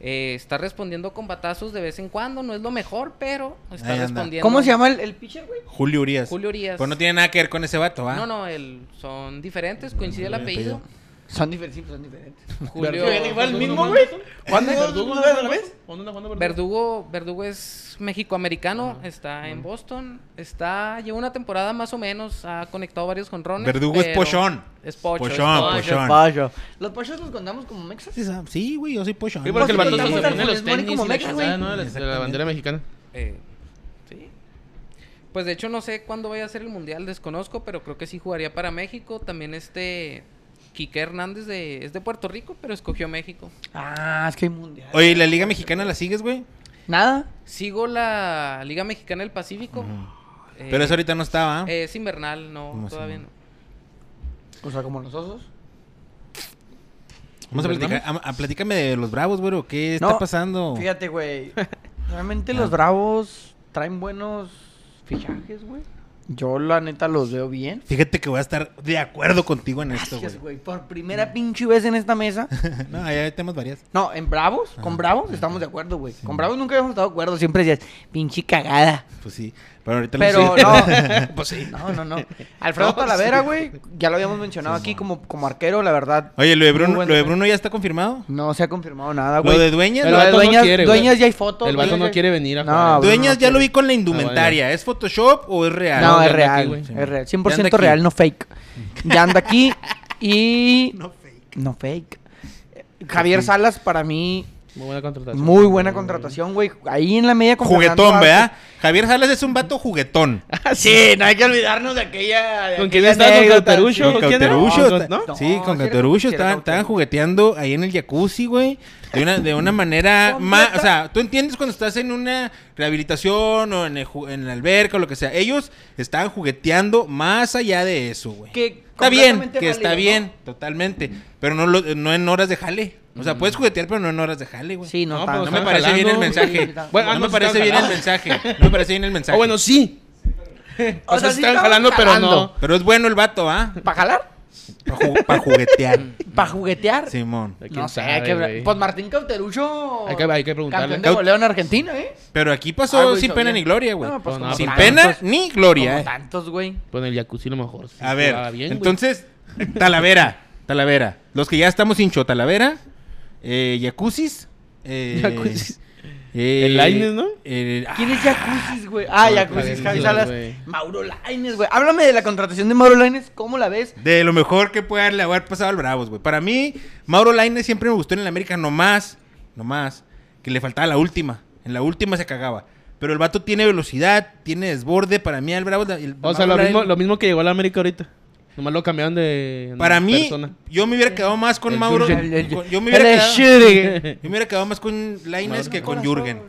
S4: Eh, está respondiendo con batazos de vez en cuando, no es lo mejor, pero está
S3: Ahí anda.
S4: respondiendo.
S1: ¿Cómo se llama el, el pitcher, güey?
S3: Julio Urias.
S4: Julio Urias.
S3: Pues no tiene nada que ver con ese vato, ¿ah? ¿va?
S4: No, no, el- son diferentes, coincide el apellido.
S1: Son diferentes, son diferentes.
S4: Julio
S2: igual el mismo,
S1: güey?
S2: güey?
S1: ¿Cuándo es? ¿Dos veces a la vez?
S2: ¿Cuándo anda jugando Verdugo?
S4: Verdugo, Verdugo es mexicoamericano, está en Boston, está, lleva una temporada más o menos, ha conectado varios jonrones.
S3: Verdugo es
S4: pero-
S3: pochón.
S4: Es pocho. es
S3: Pochón,
S4: pocho.
S3: pochón.
S1: Payo. Los pachos los contamos como mexas.
S3: Sí, sa- Sí, güey, yo soy pochón.
S2: Sí, porque el
S1: Pues,
S2: vato se
S1: estamos
S2: pone
S1: al
S2: los
S1: Funes Mori
S2: tenis
S1: como
S2: y la
S1: Mex, güey.
S2: chingada, ¿no? De la- de la bandera mexicana.
S4: Eh, sí. Pues de hecho no sé cuándo vaya a ser el mundial, desconozco, pero creo que sí jugaría para México. También este Quique Hernández de, es de Puerto Rico, pero escogió México.
S1: Ah, es que hay mundial.
S3: Oye, ¿y ¿la Liga Mexicana la sigues, güey?
S1: Nada.
S4: Sigo la Liga Mexicana del Pacífico. Eh,
S3: Pero eso ahorita no ¿ah? estaba.
S4: eh, es invernal, no,
S3: No, sí,
S4: todavía
S3: no.
S4: no.
S1: O sea, como los osos.
S3: Vamos a platicar. a- a- platícame de los Bravos, güey. ¿Qué está
S1: No,
S3: pasando?
S1: Fíjate, güey. Realmente los bravos traen buenos fichajes, güey. Yo, la neta, los veo bien.
S3: Fíjate que voy a estar de acuerdo contigo en esto,
S1: Gracias, güey.
S3: güey.
S1: Por primera pinche vez en esta mesa.
S3: No, ya tenemos varias.
S1: No, en Bravos, con Bravos estamos de acuerdo, güey. Con Bravos nunca habíamos estado de acuerdo, siempre decías, pinche cagada.
S3: Pues sí. Pero ahorita lo
S1: Pero
S3: sé.
S1: no, pues sí. No, no, no. Alfredo
S2: No,
S1: Talavera,
S2: sí.
S1: güey, ya lo habíamos mencionado aquí como, como arquero, la verdad.
S3: Oye, ¿lo de, Bruno,
S1: Muy buen
S3: ¿lo de
S1: defensa.
S3: Bruno ya está confirmado?
S1: No se ha confirmado nada,
S3: ¿Lo
S1: güey.
S3: de Dueñas?
S2: El
S1: Lo de
S2: vato no
S1: dueñas,
S2: quiere, güey.
S1: dueñas ya hay fotos.
S2: El vato
S1: Dueñas
S2: no
S1: ya-
S2: quiere venir a
S1: No,
S2: jugar.
S1: Bruno
S3: Dueñas ya
S1: quiere.
S3: lo vi con la
S2: Ah,
S3: indumentaria. ¿Es Photoshop o es real?
S1: No,
S2: ya
S1: es
S2: anda aquí,
S1: real,
S2: güey.
S1: es real.
S3: Ya
S1: 100%
S3: anda aquí.
S1: real, no fake. Ya anda aquí y... No fake. No fake. Javier Salas, para mí,
S2: Muy buena contratación.
S1: muy buena contratación, güey. Ahí en la media con Fernando
S3: Juguetón,
S1: Vázquez.
S3: ¿verdad? Javier Salas es un vato juguetón.
S1: Sí, no hay que olvidarnos de aquella. de
S2: ¿Con quién
S1: aquella
S2: estaba? ¿Con
S1: anécdota,
S2: Cauterucho?
S1: sí.
S3: Con
S2: ¿Quién era? Ah,
S3: Cauterucho.
S2: No,
S3: está-
S2: ¿no?
S3: Sí,
S1: No,
S3: con
S1: sí era-
S3: Cauterucho.
S1: sí era
S3: Estaban,
S1: Cauterucho.
S3: estaban jugueteando ahí en el jacuzzi, güey. De una, de una manera más... O sea, tú entiendes cuando estás en una rehabilitación o en, el ju- en la alberca o lo que sea. Ellos estaban jugueteando más allá de eso, güey.
S1: Que
S3: Está bien,
S1: completamente
S3: que está
S1: válido,
S3: bien, totalmente. Pero no, lo- no en horas de jale. O sea, puedes juguetear, pero no en horas de jale, güey.
S1: Sí, no,
S2: No,
S1: tanto.
S2: pues,
S3: No me
S2: Estaban
S3: parece bien el
S2: Mm. jalando,
S3: mensaje.
S1: güey.
S2: Bueno, ah,
S3: no
S2: no,
S3: me
S2: sí
S3: parece
S2: estaban
S3: bien el
S2: jalando.
S3: mensaje. No me parece bien el
S2: Ah,
S3: mensaje.
S2: bueno, sí.
S1: O sea, sí
S2: están
S1: estaban
S2: jalando, pero no.
S3: Pero es bueno el vato, ¿ah?
S1: ¿Para jalar?
S3: Para juguetear.
S1: ¿Para juguetear?
S3: Simón.
S2: ¿Quién
S1: No sé,
S2: sabe,
S1: hay que...
S2: güey?
S1: Pues Martín Cauterucho.
S2: Hay que- hay que preguntarle.
S1: Campeón de
S2: Caut-
S1: goleo en Argentina, ¿eh?
S3: Pero aquí
S1: Ah,
S3: pasó
S1: güey,
S3: sin
S1: hizo
S3: pena
S1: bien.
S3: ni gloria, güey.
S1: No, pues,
S2: No,
S1: como
S2: no,
S3: sin
S1: tantos,
S3: pena ni gloria.
S1: Como
S3: eh.
S1: tantos, güey.
S2: Bueno, el jacuzzi a lo mejor. sí
S3: A
S2: jugaba
S3: ver,
S2: bien, güey.
S3: entonces, Talavera, Talavera. Los que ya estamos hincho, Talavera, eh, Yacuzzis, eh,
S2: Yacuzzis.
S3: eh,
S2: El Lainez, ¿no?
S3: el- ah,
S1: ¿Quién es Jacuzzi, güey? Ah, Jacuzzi,
S2: Javier
S1: Javi Salas.
S2: Salas, güey.
S1: Mauro Laines, güey. Háblame de la contratación de Mauro Laines. ¿Cómo la ves?
S3: de lo mejor que puede haberle haber pasado al Bravos, güey. Para mí, Mauro Lainez siempre me gustó en el América, nomás, nomás, que le faltaba la última. En la última se cagaba. Pero el vato tiene velocidad, tiene desborde. Para mí, al Bravos. el-
S2: O sea,
S3: Mauro
S2: lo mismo,
S3: Lainez-
S2: lo mismo que llegó a la América ahorita. Nomás lo cambiaron de
S3: Para mí,
S2: persona.
S3: yo me hubiera quedado más con
S2: El
S3: Mauro.
S2: Jürgen.
S1: El- el-
S3: con- yo, me hubiera
S1: el
S3: quedado, yo
S1: Schürrle.
S3: me hubiera quedado más con Laines que con Jürgen.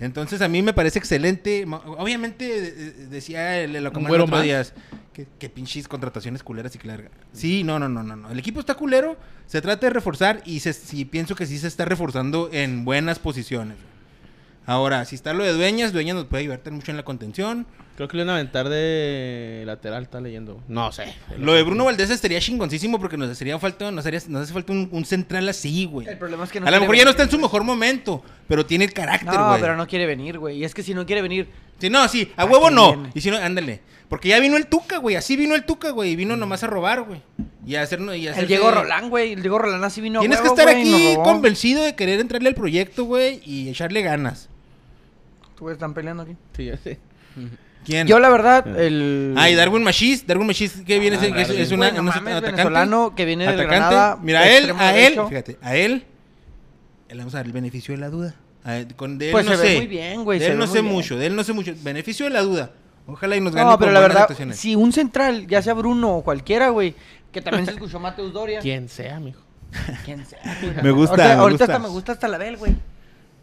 S3: Entonces, a mí me parece excelente. Ma- Obviamente, eh, eh, decía el, el Ocamán
S2: güero
S3: el otro
S2: más.
S3: día, que, que pinches contrataciones culeras y que larga. Sí, no, no, no, no, no. El equipo está culero, se trata de reforzar y se, sí, pienso que sí se está reforzando en buenas posiciones. Ahora, si está lo de Dueñas, Dueñas nos puede ayudar mucho en la contención.
S2: Creo que lo iban a aventar de lateral, está leyendo. No sé.
S3: Lo de Bruno Valdés estaría chingoncísimo porque nos haría falta, nos haría- nos hace falta un, un central así, güey.
S1: El problema es que no
S3: a lo
S1: quiere
S3: mejor ya no
S1: venir,
S3: está en su
S1: güey.
S3: mejor momento, pero tiene el carácter,
S1: No,
S3: güey.
S1: pero no quiere venir, güey. Y es que si no quiere venir,
S3: Sí, no, sí, a
S1: Ah,
S3: huevo
S1: qué
S3: no.
S1: bien.
S3: Y si no, ándale. Porque ya vino el Tuca, güey. Así vino el Tuca, güey. Y vino nomás a robar, güey. Y a hacer. Y a
S1: Mm. el
S3: hacerse-
S1: Diego Rolán, güey. El Diego Rolán así vino a
S3: Tienes que
S1: huevo,
S3: estar
S1: güey, y nos
S3: aquí
S1: robó.
S3: convencido de querer entrarle al proyecto, güey. Y echarle ganas.
S1: Tú, güey, están peleando aquí.
S2: Sí, ya sé.
S3: ¿Quién?
S1: Yo, la verdad, el.
S3: Ah, y Darwin Machis. Darwin Machis, que viene.
S2: Ah,
S3: es- es,
S2: Darwin.
S3: es una,
S1: Güey, no
S3: un
S1: mames,
S3: atacante.
S1: venezolano que viene del
S3: Atacante.
S1: Granada,
S3: Mira, a él,
S1: extremo
S3: a él.
S1: derecho.
S3: Fíjate, a él. Le vamos a dar el beneficio de la duda. A él, con, de él
S1: Pues
S3: no
S1: se ve
S3: sé.
S1: muy bien, güey,
S3: De
S1: se
S3: él
S1: ve
S3: no
S1: muy
S3: sé
S1: bien.
S3: mucho. De él no sé mucho. Beneficio de la duda. Ojalá y nos gane
S1: No, pero
S3: con
S1: la
S3: buenas
S1: verdad,
S3: actuaciones.
S1: si un central, ya sea Bruno o cualquiera, güey, que también se escuchó Mateus Doria.
S2: Quien sea, mijo.
S1: Quien sea, güey.
S3: Me gusta,
S1: Ahorita,
S3: me
S1: ahorita
S3: gusta.
S1: hasta me gusta hasta la Bel, güey.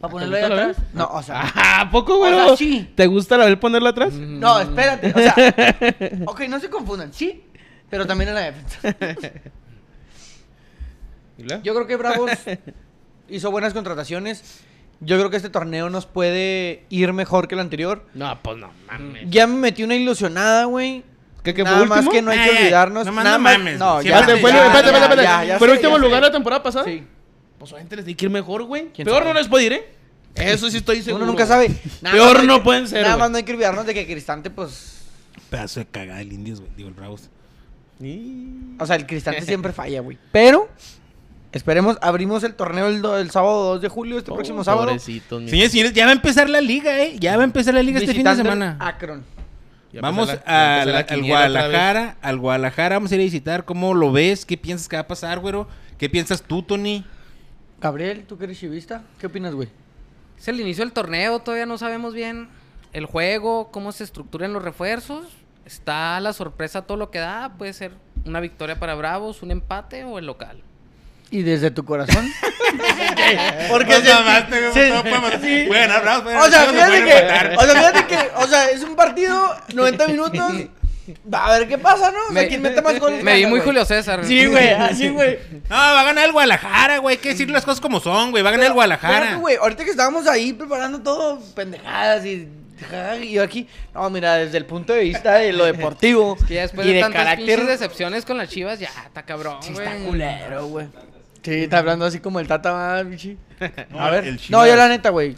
S1: Para ponerlo ahí
S2: gusta la Ah.
S1: atrás. No, o sea.
S2: ¿A poco,
S1: O
S2: güey?
S1: sea, sí.
S2: ¿Te gusta la vez ponerla atrás?
S1: No, espérate. O sea. Ok, no se confundan. Sí, pero también en la defensa.
S2: ¿Y luego?
S1: Yo creo que Bravos hizo buenas contrataciones. Yo creo que este torneo nos puede ir mejor que el anterior.
S2: No, pues no mames.
S1: Ya me metí una ilusionada, güey.
S2: ¿Qué, qué fue
S1: Nada
S2: último? Eh,
S1: más que no hay que
S3: Ay, ay,
S1: olvidarnos.
S3: nomás
S1: nada
S3: no
S1: más-
S3: mames,
S1: No,
S3: güey.
S1: ya.
S2: Espérate,
S3: Siempre-
S2: fue,
S1: ya,
S2: espérate,
S1: ya,
S2: espérate, espérate.
S1: ya, ya
S2: ¿Fue el
S1: sé,
S2: último
S1: ya sé.
S2: lugar la temporada pasada?
S1: Sí.
S2: Pues obviamente les tiene que ir mejor, güey.
S1: ¿Quién
S2: Peor
S1: sabe?
S2: no les puede ir, ¿eh? Eso sí estoy seguro.
S1: Uno nunca
S2: güey.
S1: sabe.
S2: Peor
S1: más-
S2: no pueden ser,
S1: Nada
S2: güey.
S1: más no hay que olvidarnos de que Cristante, pues.
S3: Pedazo de cagada el Indios, güey. Digo, el Bravos.
S2: Y-
S1: O sea, el Cristante siempre falla, güey. Pero. Esperemos, abrimos el torneo el, do- el sábado 2 de julio,
S4: Oh,
S2: Oh,
S1: este próximo sábado.
S2: Pobrecitos, mi-
S3: Señores, señores, ya va a empezar la liga, ¿eh? Ya va a empezar la liga este fin de
S1: Visitando
S3: semana.
S1: Akron.
S2: Ya
S3: Vamos
S2: empezó la- ya
S3: a
S2: empezó
S3: la-
S2: la
S3: al
S2: quiniela otra vez.
S3: Guadalajara, al Guadalajara vamos a ir a visitar. ¿Cómo lo ves? ¿Qué piensas que va a pasar, güero? ¿Qué piensas tú, Tony?
S1: Gabriel, ¿tú que eres chivista? ¿Qué opinas, güey?
S4: Es el inicio del torneo, todavía no sabemos bien el juego, cómo se estructuran los refuerzos. Está la sorpresa todo lo que da. Puede ser una victoria para Bravos, un empate o el local.
S1: ¿Y desde tu corazón?
S3: Porque se amaste,
S1: sí.
S3: Voy a ganar Bravos, voy a
S1: O sea,
S3: ganar Chivas,
S1: fíjate
S3: nos van a empatar.
S1: que, o sea, fíjate que, o sea, es un partido, 90 minutos, va a ver qué pasa, ¿no? O sea, ¿quién mete más goles?
S4: Me vi
S1: gana,
S4: muy
S1: güey.
S4: Julio César.
S1: Sí, güey, así, güey.
S3: No, va a ganar el Guadalajara, güey. Hay que decir las cosas como son, güey. Va a ganar el
S1: Espérate,
S3: Guadalajara.
S1: güey, ahorita que estábamos ahí preparando todo, pendejadas y... ja, Y yo aquí, no, mira, desde el punto de vista de lo deportivo
S4: Que ya después
S1: y
S4: de,
S1: de
S4: tantas pinches
S1: carácter,
S4: decepciones con las chivas, ya está cabrón,
S1: sí
S4: güey.
S1: está culero, güey. Sí, está hablando así como el Tata, va, bichi.
S3: No,
S1: A ver,
S3: el
S1: no,
S3: Chivas.
S1: yo la neta, güey,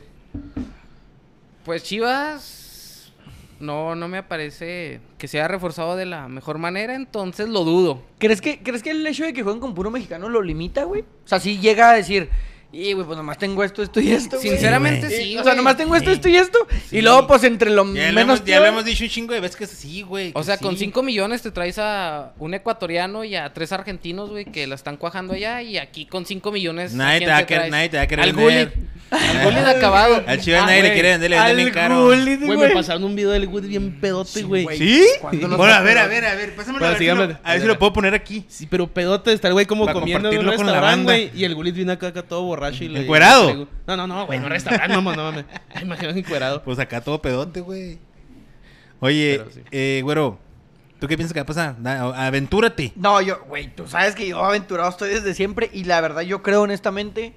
S4: Pues Chivas no, no me parece que se haya reforzado de la mejor manera, entonces lo dudo.
S1: ¿Crees que, ¿Crees que el hecho de que jueguen con puro mexicano lo limita, güey? O sea, sí llega a decir, y güey, pues nomás tengo esto, esto y esto. güey".
S4: Sinceramente
S1: Sí,
S4: sí,
S1: o sea,
S4: güey.
S1: nomás tengo esto, esto y esto.
S3: Sí.
S1: Y luego, pues entre lo
S3: Ya, lo
S1: menos.
S3: hemos, ya lo
S1: peor-
S3: hemos dicho un chingo de veces que sí, güey.
S4: O
S3: que
S4: sea,
S3: sí.
S4: con 5 millones te traes a un ecuatoriano y a tres argentinos, güey, que la están cuajando allá. Y aquí con 5 millones. ¿a
S3: Nadie
S4: quién
S3: te, va a querer-
S4: traes?
S3: nadie te va a querer
S4: Al
S3: vender.
S4: Gullit. Al Gullit acabado.
S3: Al Chivas
S4: Ah,
S3: nadie le
S4: güey.
S3: quiere vender, le venden bien caro.
S1: Gullit,
S2: Güey, me pasaron un video del Wood bien pedote, güey. Sí,
S3: ¿Sí?
S1: ¿Cuándo nos
S3: Bueno,
S1: va a
S3: a ver,
S1: poner?
S3: a ver, a ver. Pásamelo.
S2: Bueno,
S3: a ver si
S2: síganlo.
S3: lo- a ver si lo puedo poner aquí.
S2: pero pedote está el güey como
S3: Para
S2: comiendo en un
S3: compartirlo con la
S2: restaurante,
S3: banda.
S2: güey. Y el Gulit viene acá, acá todo borracho y le
S3: ¿Encuerado?
S2: le- le- No, no, no, güey, en un restaurante, mamá, no mames. Ay, Imagínate encuerado.
S3: Pues acá todo pedote, güey. Oye,
S2: Pero sí.
S3: eh, güero, ¿tú qué piensas que va a pasar? Da- aventúrate.
S1: No, yo, güey, tú sabes que yo aventurado estoy desde siempre. Y la verdad, yo creo honestamente,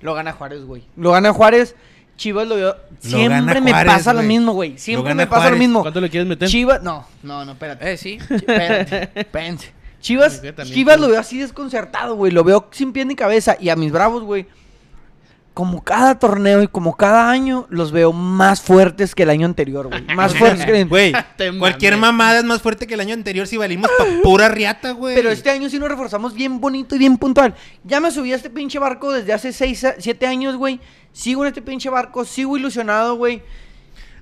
S1: lo gana Juárez, güey. Lo gana Juárez. Chivas lo veo.
S3: gana
S1: Siempre me
S3: Juárez,
S1: pasa lo
S3: güey.
S1: mismo, güey.
S3: Lo
S1: Siempre
S3: gana
S1: me pasa lo
S3: Juárez.
S1: mismo.
S2: ¿Cuánto le quieres meter?
S1: Chivas, no, no, no, espérate.
S4: Eh, sí.
S1: Espérate, espérense. Chivas,
S2: Yo también,
S1: Chivas
S2: sí.
S1: lo veo así desconcertado, güey. Lo veo sin pie ni cabeza. Y a mis bravos, güey. Como cada torneo y como cada año, los veo más fuertes que el año anterior, güey. Más fuertes que el año
S3: Güey,
S2: Te mames.
S3: cualquier mamada es más fuerte que el año anterior si valimos pa' pura riata, güey.
S1: Pero este año sí nos reforzamos bien bonito y bien puntual. Ya me subí a este pinche barco desde hace 6, 7 años, güey. Sigo en este pinche barco, sigo ilusionado, güey.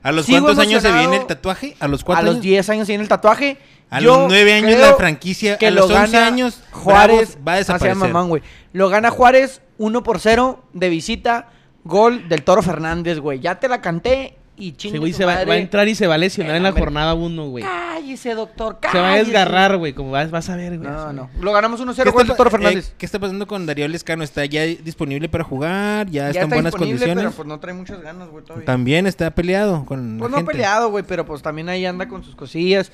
S3: ¿A los
S1: sigo
S3: cuántos años se
S1: emocionado.
S3: viene el tatuaje? ¿A los
S1: A
S3: cuántos
S1: los 10 años tiene el tatuaje.
S3: A
S1: Yo
S3: los 9 años
S1: creo
S3: la franquicia.
S1: que
S3: a los
S1: lo
S3: 11
S1: gana
S3: años
S1: Juárez Ah,
S3: Juárez va a desaparecer.
S1: hacia mamán, güey. Lo gana Juárez 1 por 0 de visita. Gol del Toro Fernández, güey. Ya te la canté y
S2: Sí,
S1: chingue
S2: güey,
S1: tu
S2: se va,
S1: madre.
S2: va a entrar y se va a lesionar en la
S1: Espérame.
S2: jornada uno, güey.
S1: Cállese, doctor.
S2: Se va a
S1: cállese.
S2: desgarrar, güey, como vas, vas a ver, güey.
S1: No,
S2: Vas a
S1: no.
S2: ver.
S1: Lo ganamos
S3: ¿Qué
S1: 1-0
S3: está,
S1: gol del Toro
S3: pa- eh,
S1: Fernández.
S3: ¿Qué está pasando con Darío Lescano? ¿Está ya disponible para jugar? ¿Ya, está en
S1: está
S3: buenas
S1: disponible,
S3: condiciones?
S1: Pero pues no trae muchas ganas, güey, todavía.
S3: También está peleado con
S1: Pues no
S3: la
S1: ha
S3: gente.
S1: peleado, güey, pero pues también ahí anda con sus cosillas.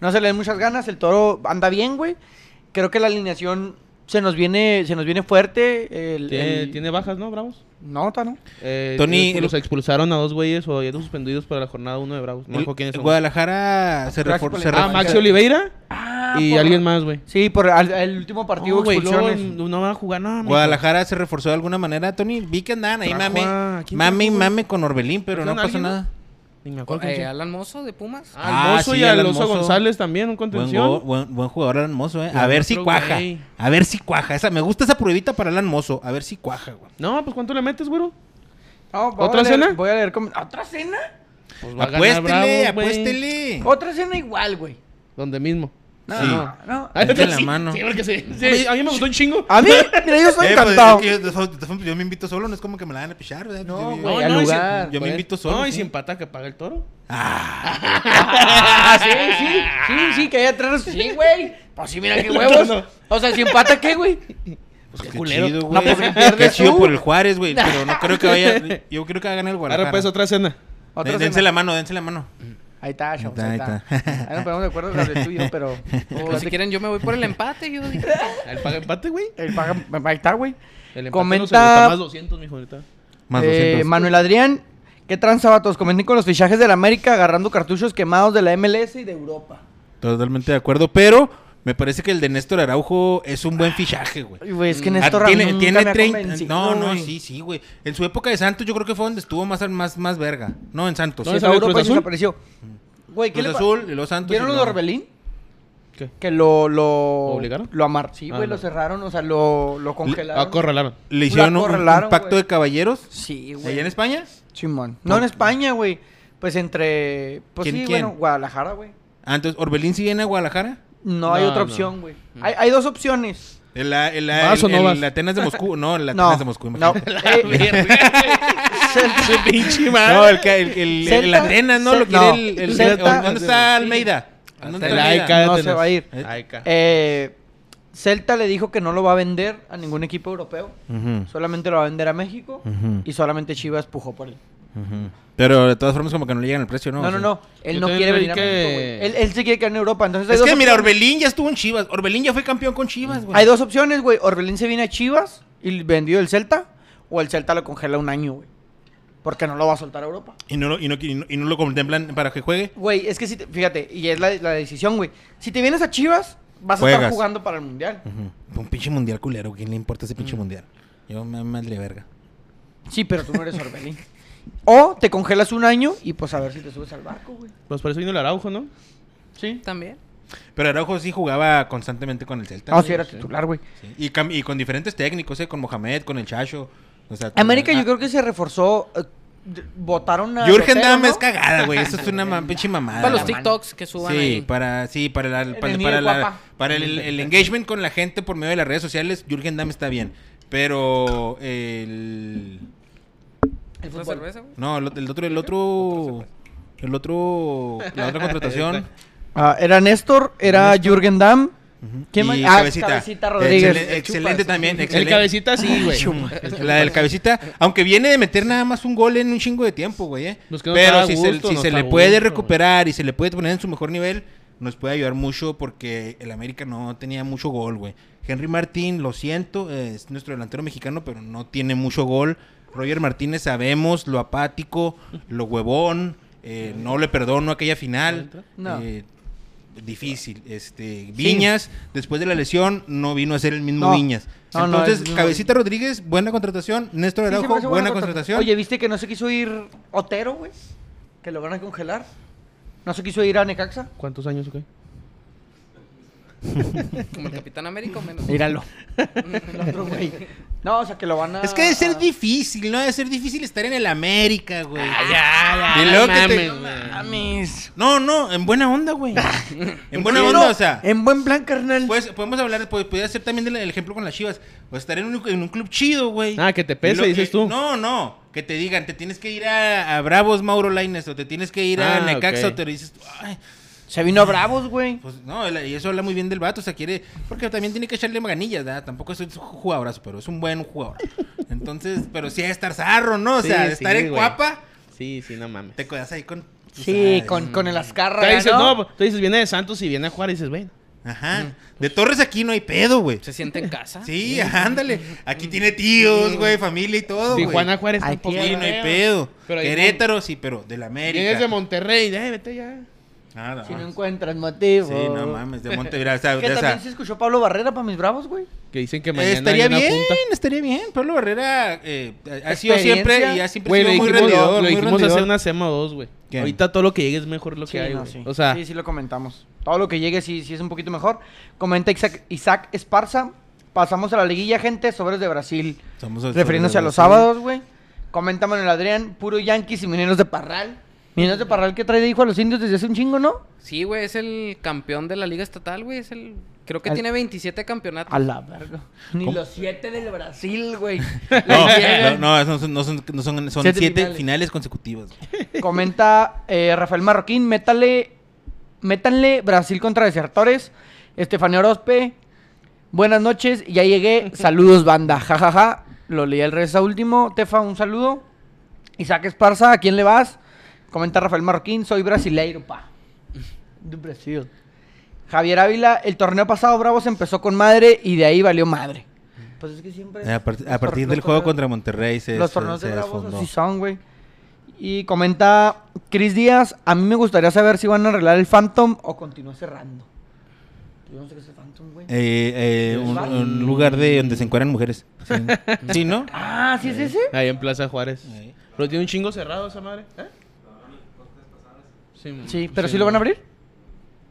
S1: No se le den muchas ganas, el toro anda bien, güey. Creo que la alineación se nos viene, se nos viene fuerte. El,
S2: Tiene,
S1: el-
S2: tiene bajas, ¿no, Bravos?
S1: No, ta, ¿no?
S2: Eh,
S3: Tony,
S2: los- los expulsaron a dos güeyes o a dos suspendidos para la jornada uno de Bravos. No
S3: El-
S2: dijo quiénes son.
S3: Guadalajara se
S1: Gracias
S3: reforzó.
S1: por
S3: se
S1: la
S2: Ah,
S1: Ah,
S3: reforzó.
S2: Maxi Oliveira y
S1: por-
S2: alguien más, güey.
S1: Sí, por al- el último partido
S2: No,
S1: hubo
S2: güey, luego
S1: expulsiones.
S2: no no va a jugar, no. mijo.
S3: Guadalajara se reforzó de alguna manera, Tony. Vi que andaban ahí,
S2: Trajo
S3: mame.
S2: a- ¿quién
S3: Mame y
S2: trajo, güey?
S3: mame con Orbelín, pero no
S2: ¿Trajeron a
S3: pasó
S2: alguien,
S3: nada.
S2: Ni me acuerdo quién
S4: Eh,
S2: son.
S4: Al Mozo de Pumas.
S2: Ah,
S3: Ah,
S2: Alonso
S3: sí,
S2: y
S3: al
S2: Alonso
S3: Mozo.
S2: González también, un
S3: Buen,
S2: contención.
S3: go- buen, buen jugador Alan Mozo, eh. A
S2: Y
S3: ver si
S2: otro
S3: cuaja.
S2: güey.
S3: A ver si cuaja. Esa, me gusta esa pruebita para Alan Mozo. A ver si cuaja, güey.
S2: No, pues ¿cuánto le metes, güero?
S1: No, voy a
S2: ¿Otra
S1: leer-
S2: cena?
S1: Voy a leer com- ¿Otra cena?
S2: Pues
S3: Apuéstele,
S2: Bravos, güey.
S3: apuéstele.
S1: Otra cena igual, güey.
S2: Donde mismo.
S1: No,
S3: Sí.
S1: no, no.
S2: Ay,
S3: Mete la
S2: sí,
S3: mano. Ah,
S2: sí, porque sí, sí, A mí me gustó un chingo.
S1: A mí, mira, yo estoy
S3: Eh, pues,
S1: encantado.
S3: es que yo, yo me invito solo, no es como que me la van a pichar, ¿verdad?
S1: No,
S3: Yo-
S1: güey,
S3: yo-
S2: No,
S1: al
S2: no, y si-
S1: lugar. pues.
S3: yo me invito solo.
S2: No, y
S3: sí.
S2: si empata que paga el toro.
S1: Ah, sí, sí, sí, sí, que haya tres. Sí, güey. Pues sí, mira qué huevos. O sea, si empata, ¿qué, güey?
S3: Pues qué,
S2: culero.
S3: chido,
S2: No,
S3: güey.
S1: pues,
S3: qué
S1: pierdes
S3: chido
S1: tú.
S3: por el Juárez, güey. Pero no creo que vaya. Yo creo que va a ganar el Guadalajara.
S2: Ahora pues otra cena.
S1: Otra
S3: Den- dense
S1: cena.
S3: la mano, dense la mano.
S1: Ahí está, Chavos, ahí
S3: Ahí está, Pues,
S1: está.
S3: ahí
S1: Ahí nos ponemos de acuerdo sobre el tuyo, pero. Pues
S4: O si quieren, yo me voy por el empate. Yo digo,
S2: El paga empate, güey.
S1: El eh, paga- ahí está, güey.
S2: El empate no se
S1: Comenta
S2: gusta, más 200, mijo, ahorita.
S3: Más
S1: eh,
S3: 200.
S1: Manuel Adrián. ¿Qué tranza, vatos? Comenten con los fichajes de la América agarrando cartuchos quemados de la MLS y de Europa.
S3: Totalmente de acuerdo, pero me parece que el de Néstor Araujo es un buen fichaje, güey.
S1: Ay, güey, es que
S4: Mm.
S1: Néstor
S3: Ah, tiene,
S1: Araujo nunca
S3: tiene
S1: me ha
S3: 30
S1: convencido,
S3: No, no,
S1: güey.
S3: sí, sí, güey. En su época de Santos yo creo que fue donde estuvo más, más, más verga. No, en Santos.
S2: No,
S1: Sí, en
S2: es
S3: Cruz
S2: salió
S1: Europa
S2: Cruz
S1: se
S2: Azul?
S1: apareció. Güey, ¿qué le pa-
S3: Azul y los Santos.
S1: ¿Vieron lo
S3: y
S1: de
S3: luego-
S1: Orbelín?
S2: ¿Qué?
S1: Que lo... ¿Lo
S2: obligaron?
S1: Lo amarraron. Sí, güey,
S2: Ah,
S1: lo
S2: no.
S1: cerraron, o sea, lo, lo
S3: Ah,
S1: congelaron.
S2: Acorralaron.
S3: Le hicieron
S1: Lo
S3: un, un
S1: acorralaron,
S3: pacto
S1: güey.
S3: de caballeros.
S1: Sí, güey.
S3: ¿Allá en España?
S1: Simón. No, en España, güey. Pues entre... Pues
S3: ¿Quién,
S1: sí,
S3: quién?
S1: bueno, Guadalajara, güey.
S3: Ah, entonces, ¿Orbelín sí viene a Guadalajara?
S1: No, hay
S2: No,
S1: otra
S2: no. Mm.
S1: opción, güey. Hay, hay dos opciones.
S3: ¿El, la- el, la-
S2: ¿Vas
S3: el-
S2: o no
S3: el
S2: vas?
S3: Atenas de Moscú? No, el Atenas
S1: No,
S3: de Moscú,
S1: no.
S3: imagínate.
S1: Eh,
S3: No, el, que- el, el, el
S1: Celta-
S3: Atenas, ¿no? Lo
S1: Cel-
S3: quiere
S1: no.
S3: el, el-
S1: Celta-
S3: ¿Dónde está Almeida? ¿Dónde
S2: El
S3: está Almeida?
S2: AEK.
S1: no se va a ir.
S3: Eh,
S2: Aica.
S1: Eh, Celta le dijo que no lo va a vender a ningún equipo europeo.
S3: Ujú,
S1: Solamente lo va a vender a México.
S3: Ujú.
S1: Y solamente Chivas pujó por él.
S3: ujú. Pero de todas formas como que no le llegan el precio, ¿no?
S1: No,
S3: O
S1: no,
S3: sea,
S1: no. Él
S2: Yo
S1: no
S2: también
S1: quiere
S2: leí
S1: venir a México,
S2: que-
S1: güey. Él, él se quiere quedar en Europa. Entonces hay
S3: Es
S1: dos
S3: que mira,
S1: opciones.
S3: Orbelín ya estuvo en Chivas. Orbelín ya fue campeón con Chivas, güey.
S1: Hay dos opciones, güey. Orbelín se viene a Chivas y vendió el Celta. O el Celta lo congela un año, güey. Porque no lo va a soltar a Europa.
S3: Y no, lo- y, no, y, no, y no lo contemplan para que juegue.
S1: Güey, es que si te- Fíjate, y es la, la decisión, güey. Si te vienes a Chivas, vas a estar
S3: Juegas.
S1: jugando para el Mundial.
S3: Un pinche mundial culero. ¿Quién le importa ese pinche mundial? Yo me madre verga.
S1: Sí, pero tú no eres Orbelín. o te congelas un año y pues a ver si te subes al barco, güey.
S2: Pues por eso vino el Araujo, ¿no?
S1: Sí.
S4: También.
S3: Pero Araujo sí jugaba constantemente con el Celta.
S1: No,
S3: güey.
S1: si Ah, era titular, güey.
S3: Sí. Y, cam- y con diferentes técnicos, ¿eh? Con Mohamed, con el Chacho. O sea,
S1: América
S3: ah,
S1: yo creo que se reforzó. eh, d- Votaron a...
S3: Jürgen
S1: Lotero,
S3: Damm
S1: ¿no?
S3: es cagada, güey. Eso es una ma- pinche mamada.
S4: Para los
S1: la mano.
S4: TikToks que suban
S3: Sí,
S4: ahí.
S3: para, sí, para, la- para,
S1: nido
S3: para
S1: de
S3: la-
S1: guapa.
S3: para el, el engagement con la gente por medio de las redes sociales, Jürgen Damm está bien. Pero el...
S1: El
S4: ¿Otra
S1: fútbol.
S4: cerveza, güey?
S3: No, el, el otro, el otro... El otro... La otra contratación.
S1: Ah, era Néstor, era Jürgen Damm. ¿Quién más?
S3: y
S1: Ah,
S3: Cabecita.
S1: Cabecita Rodríguez.
S3: Excelen-
S1: El
S3: excelente
S1: Chupas.
S3: también.
S2: El
S3: Excelente.
S2: cabecita sí, güey.
S3: La del cabecita, aunque viene de meter nada más un gol en un chingo de tiempo, güey. eh.
S2: Pues que no
S3: Pero
S2: está a
S3: si se,
S2: gusto,
S3: si
S2: no
S3: se
S2: está
S3: le
S2: a
S3: puede
S2: gusto,
S3: recuperar y se le puede poner en su mejor nivel, nos puede ayudar mucho porque el América no tenía mucho gol, güey. Henry Martín, lo siento, eh, es nuestro delantero mexicano, pero no tiene mucho gol. Roger Martínez sabemos lo apático, lo huevón, eh, no le perdono aquella final.
S1: No.
S3: eh, difícil, este Viñas después de la lesión no vino a ser el mismo
S1: No.
S3: Viñas.
S1: No, no,
S3: Entonces,
S1: es- no.
S3: cabecita Rodríguez, buena contratación. Néstor
S1: Sí, se me
S3: Araujo,
S1: hace
S3: buena,
S1: contra-
S3: contratación.
S1: Oye, ¿viste que no se quiso ir Otero, güey? Que lo van a congelar. ¿No se quiso ir a Necaxa?
S2: ¿Cuántos años, güey?
S4: Como el Capitán América o menos.
S1: Míralo. El otro, güey. No, o sea, que lo van a...
S3: es que debe
S1: ah.
S3: ser difícil, ¿no? Debe ser difícil estar en el América, güey.
S2: Ah, ya,
S3: Y
S2: ya,
S3: luego
S2: no
S3: que te-
S2: mames, güey.
S1: Mames.
S3: No, no, en buena onda, güey. en buena
S1: Pero
S3: onda, o sea.
S1: En buen plan, carnal.
S3: Pues, podemos hablar, pues, podría ser también del- el ejemplo con las chivas. O estar en un, en un club chido, güey.
S2: Ah, que te pese,
S3: Y lo-
S2: dices
S3: eh,
S2: tú.
S3: No, no. Que te digan, te tienes que ir a, a Bravos Mauro Laines o te tienes que ir a
S2: Ah,
S3: Necaxa
S2: ok.
S3: o te dices, ay,
S1: Se vino a Bravos, güey.
S3: Pues no, el- y eso habla muy bien del vato, o sea, quiere, porque también tiene que echarle ganillas, ¿verdad? Tampoco es un jugadorazo, pero es un buen jugador. Entonces, pero sí hay que estar zarro, ¿no? O
S2: Sí,
S3: sea,
S2: sí,
S3: estar en
S2: güey.
S3: Cuapa,
S2: Sí, sí, no mames.
S3: te quedas ahí con...
S1: Sí,
S3: o sea,
S1: con, con el
S2: Tú
S1: Azcárraga,
S2: dices,
S1: ¿no?
S2: no, tú dices, viene de Santos y viene a Juárez y dices, bueno.
S3: Ajá. De Torres aquí no hay pedo, güey.
S4: Se siente en casa.
S3: Sí, ajá, ándale. Aquí tiene tíos, güey, familia y todo, güey.
S2: Tijuana, Juárez
S1: Aquí
S2: tampoco.
S3: Sí,
S2: la
S3: no hay
S2: veo.
S3: pedo.
S2: Pero ahí-
S3: Querétaro, sí, pero del América.
S2: Vienes de Monterrey, eh, vete ya.
S3: Ah, no.
S1: Si no encuentras motivo.
S3: Sí, no mames, de Monterrey. O sea,
S1: Que
S3: o sea,
S1: también se escuchó Pablo Barrera para mis bravos, güey.
S2: Que dicen que mañana
S3: estaría
S2: hay una
S3: bien,
S2: punta.
S3: estaría bien. Pablo Barrera eh, ha sido
S1: Experiencia.
S3: siempre y ha siempre
S2: Güey, lo
S3: sido muy
S2: dijimos,
S3: rendidor.
S2: lo
S3: muy
S2: dijimos
S3: rendidor.
S2: hace una semana o dos, güey.
S3: ¿Quién?
S2: Ahorita todo lo que llegue es mejor lo que
S1: Sí,
S2: hay,
S1: no,
S2: güey.
S1: sí.
S2: O sea,
S1: sí, sí lo comentamos. Todo lo que llegue sí, sí es un poquito mejor. Comenta Isaac, Isaac Esparza. Pasamos a la liguilla, gente, sobres de Brasil.
S3: Somos
S1: Refiriéndose a los sábados, güey. Comenta Manuel Adrián, puro Yankees y Mineros de Parral. Mineros
S3: Mm.
S1: de Parral que trae de hijo a los indios desde hace un chingo, ¿no?
S4: Sí, güey, es el campeón de la Liga Estatal, güey. Es el. Creo que
S1: Al-
S4: tiene 27 campeonatos.
S1: A la verga. Ni
S3: ¿Cómo?
S1: los siete del Brasil, güey.
S3: No,
S1: Les llegan.
S3: no, no, son, no son, no son, son
S1: Siete
S3: siete,
S1: finales.
S3: finales, consecutivas.
S1: Comenta eh, Rafael Marroquín, métale, métanle Brasil contra desertores. Estefanía Orozpe, buenas noches, ya llegué, saludos banda, jajaja. Lo leí el reza último. Tefa, un saludo. Isaac Esparza, ¿a quién le vas? Comenta Rafael Marroquín, soy brasileiro, pa. De Brasil. Javier Ávila, el torneo pasado Bravos empezó con madre y de ahí valió madre. Pues es que siempre...
S3: Eh, A, part- a
S1: los
S3: partir
S1: tor-
S3: del
S1: los
S3: juego
S1: torneos-
S3: contra Monterrey se,
S1: los
S3: se-
S1: torneos de
S3: se
S1: Bravos
S3: desfondó.
S1: así son, güey. Y comenta Cris Díaz, a mí me gustaría saber si van a arreglar el Phantom o continúa cerrando. Yo no sé qué es el Phantom, güey.
S3: Eh, eh, un, un lugar de donde se encuentran mujeres. Sí, Sí, ¿no?
S1: Ah, ¿sí es ese?
S2: Ahí en Plaza Juárez.
S3: Ahí.
S2: Pero tiene un chingo cerrado esa madre. ¿Eh? Sí,
S1: Sí, pero sí lo van a abrir.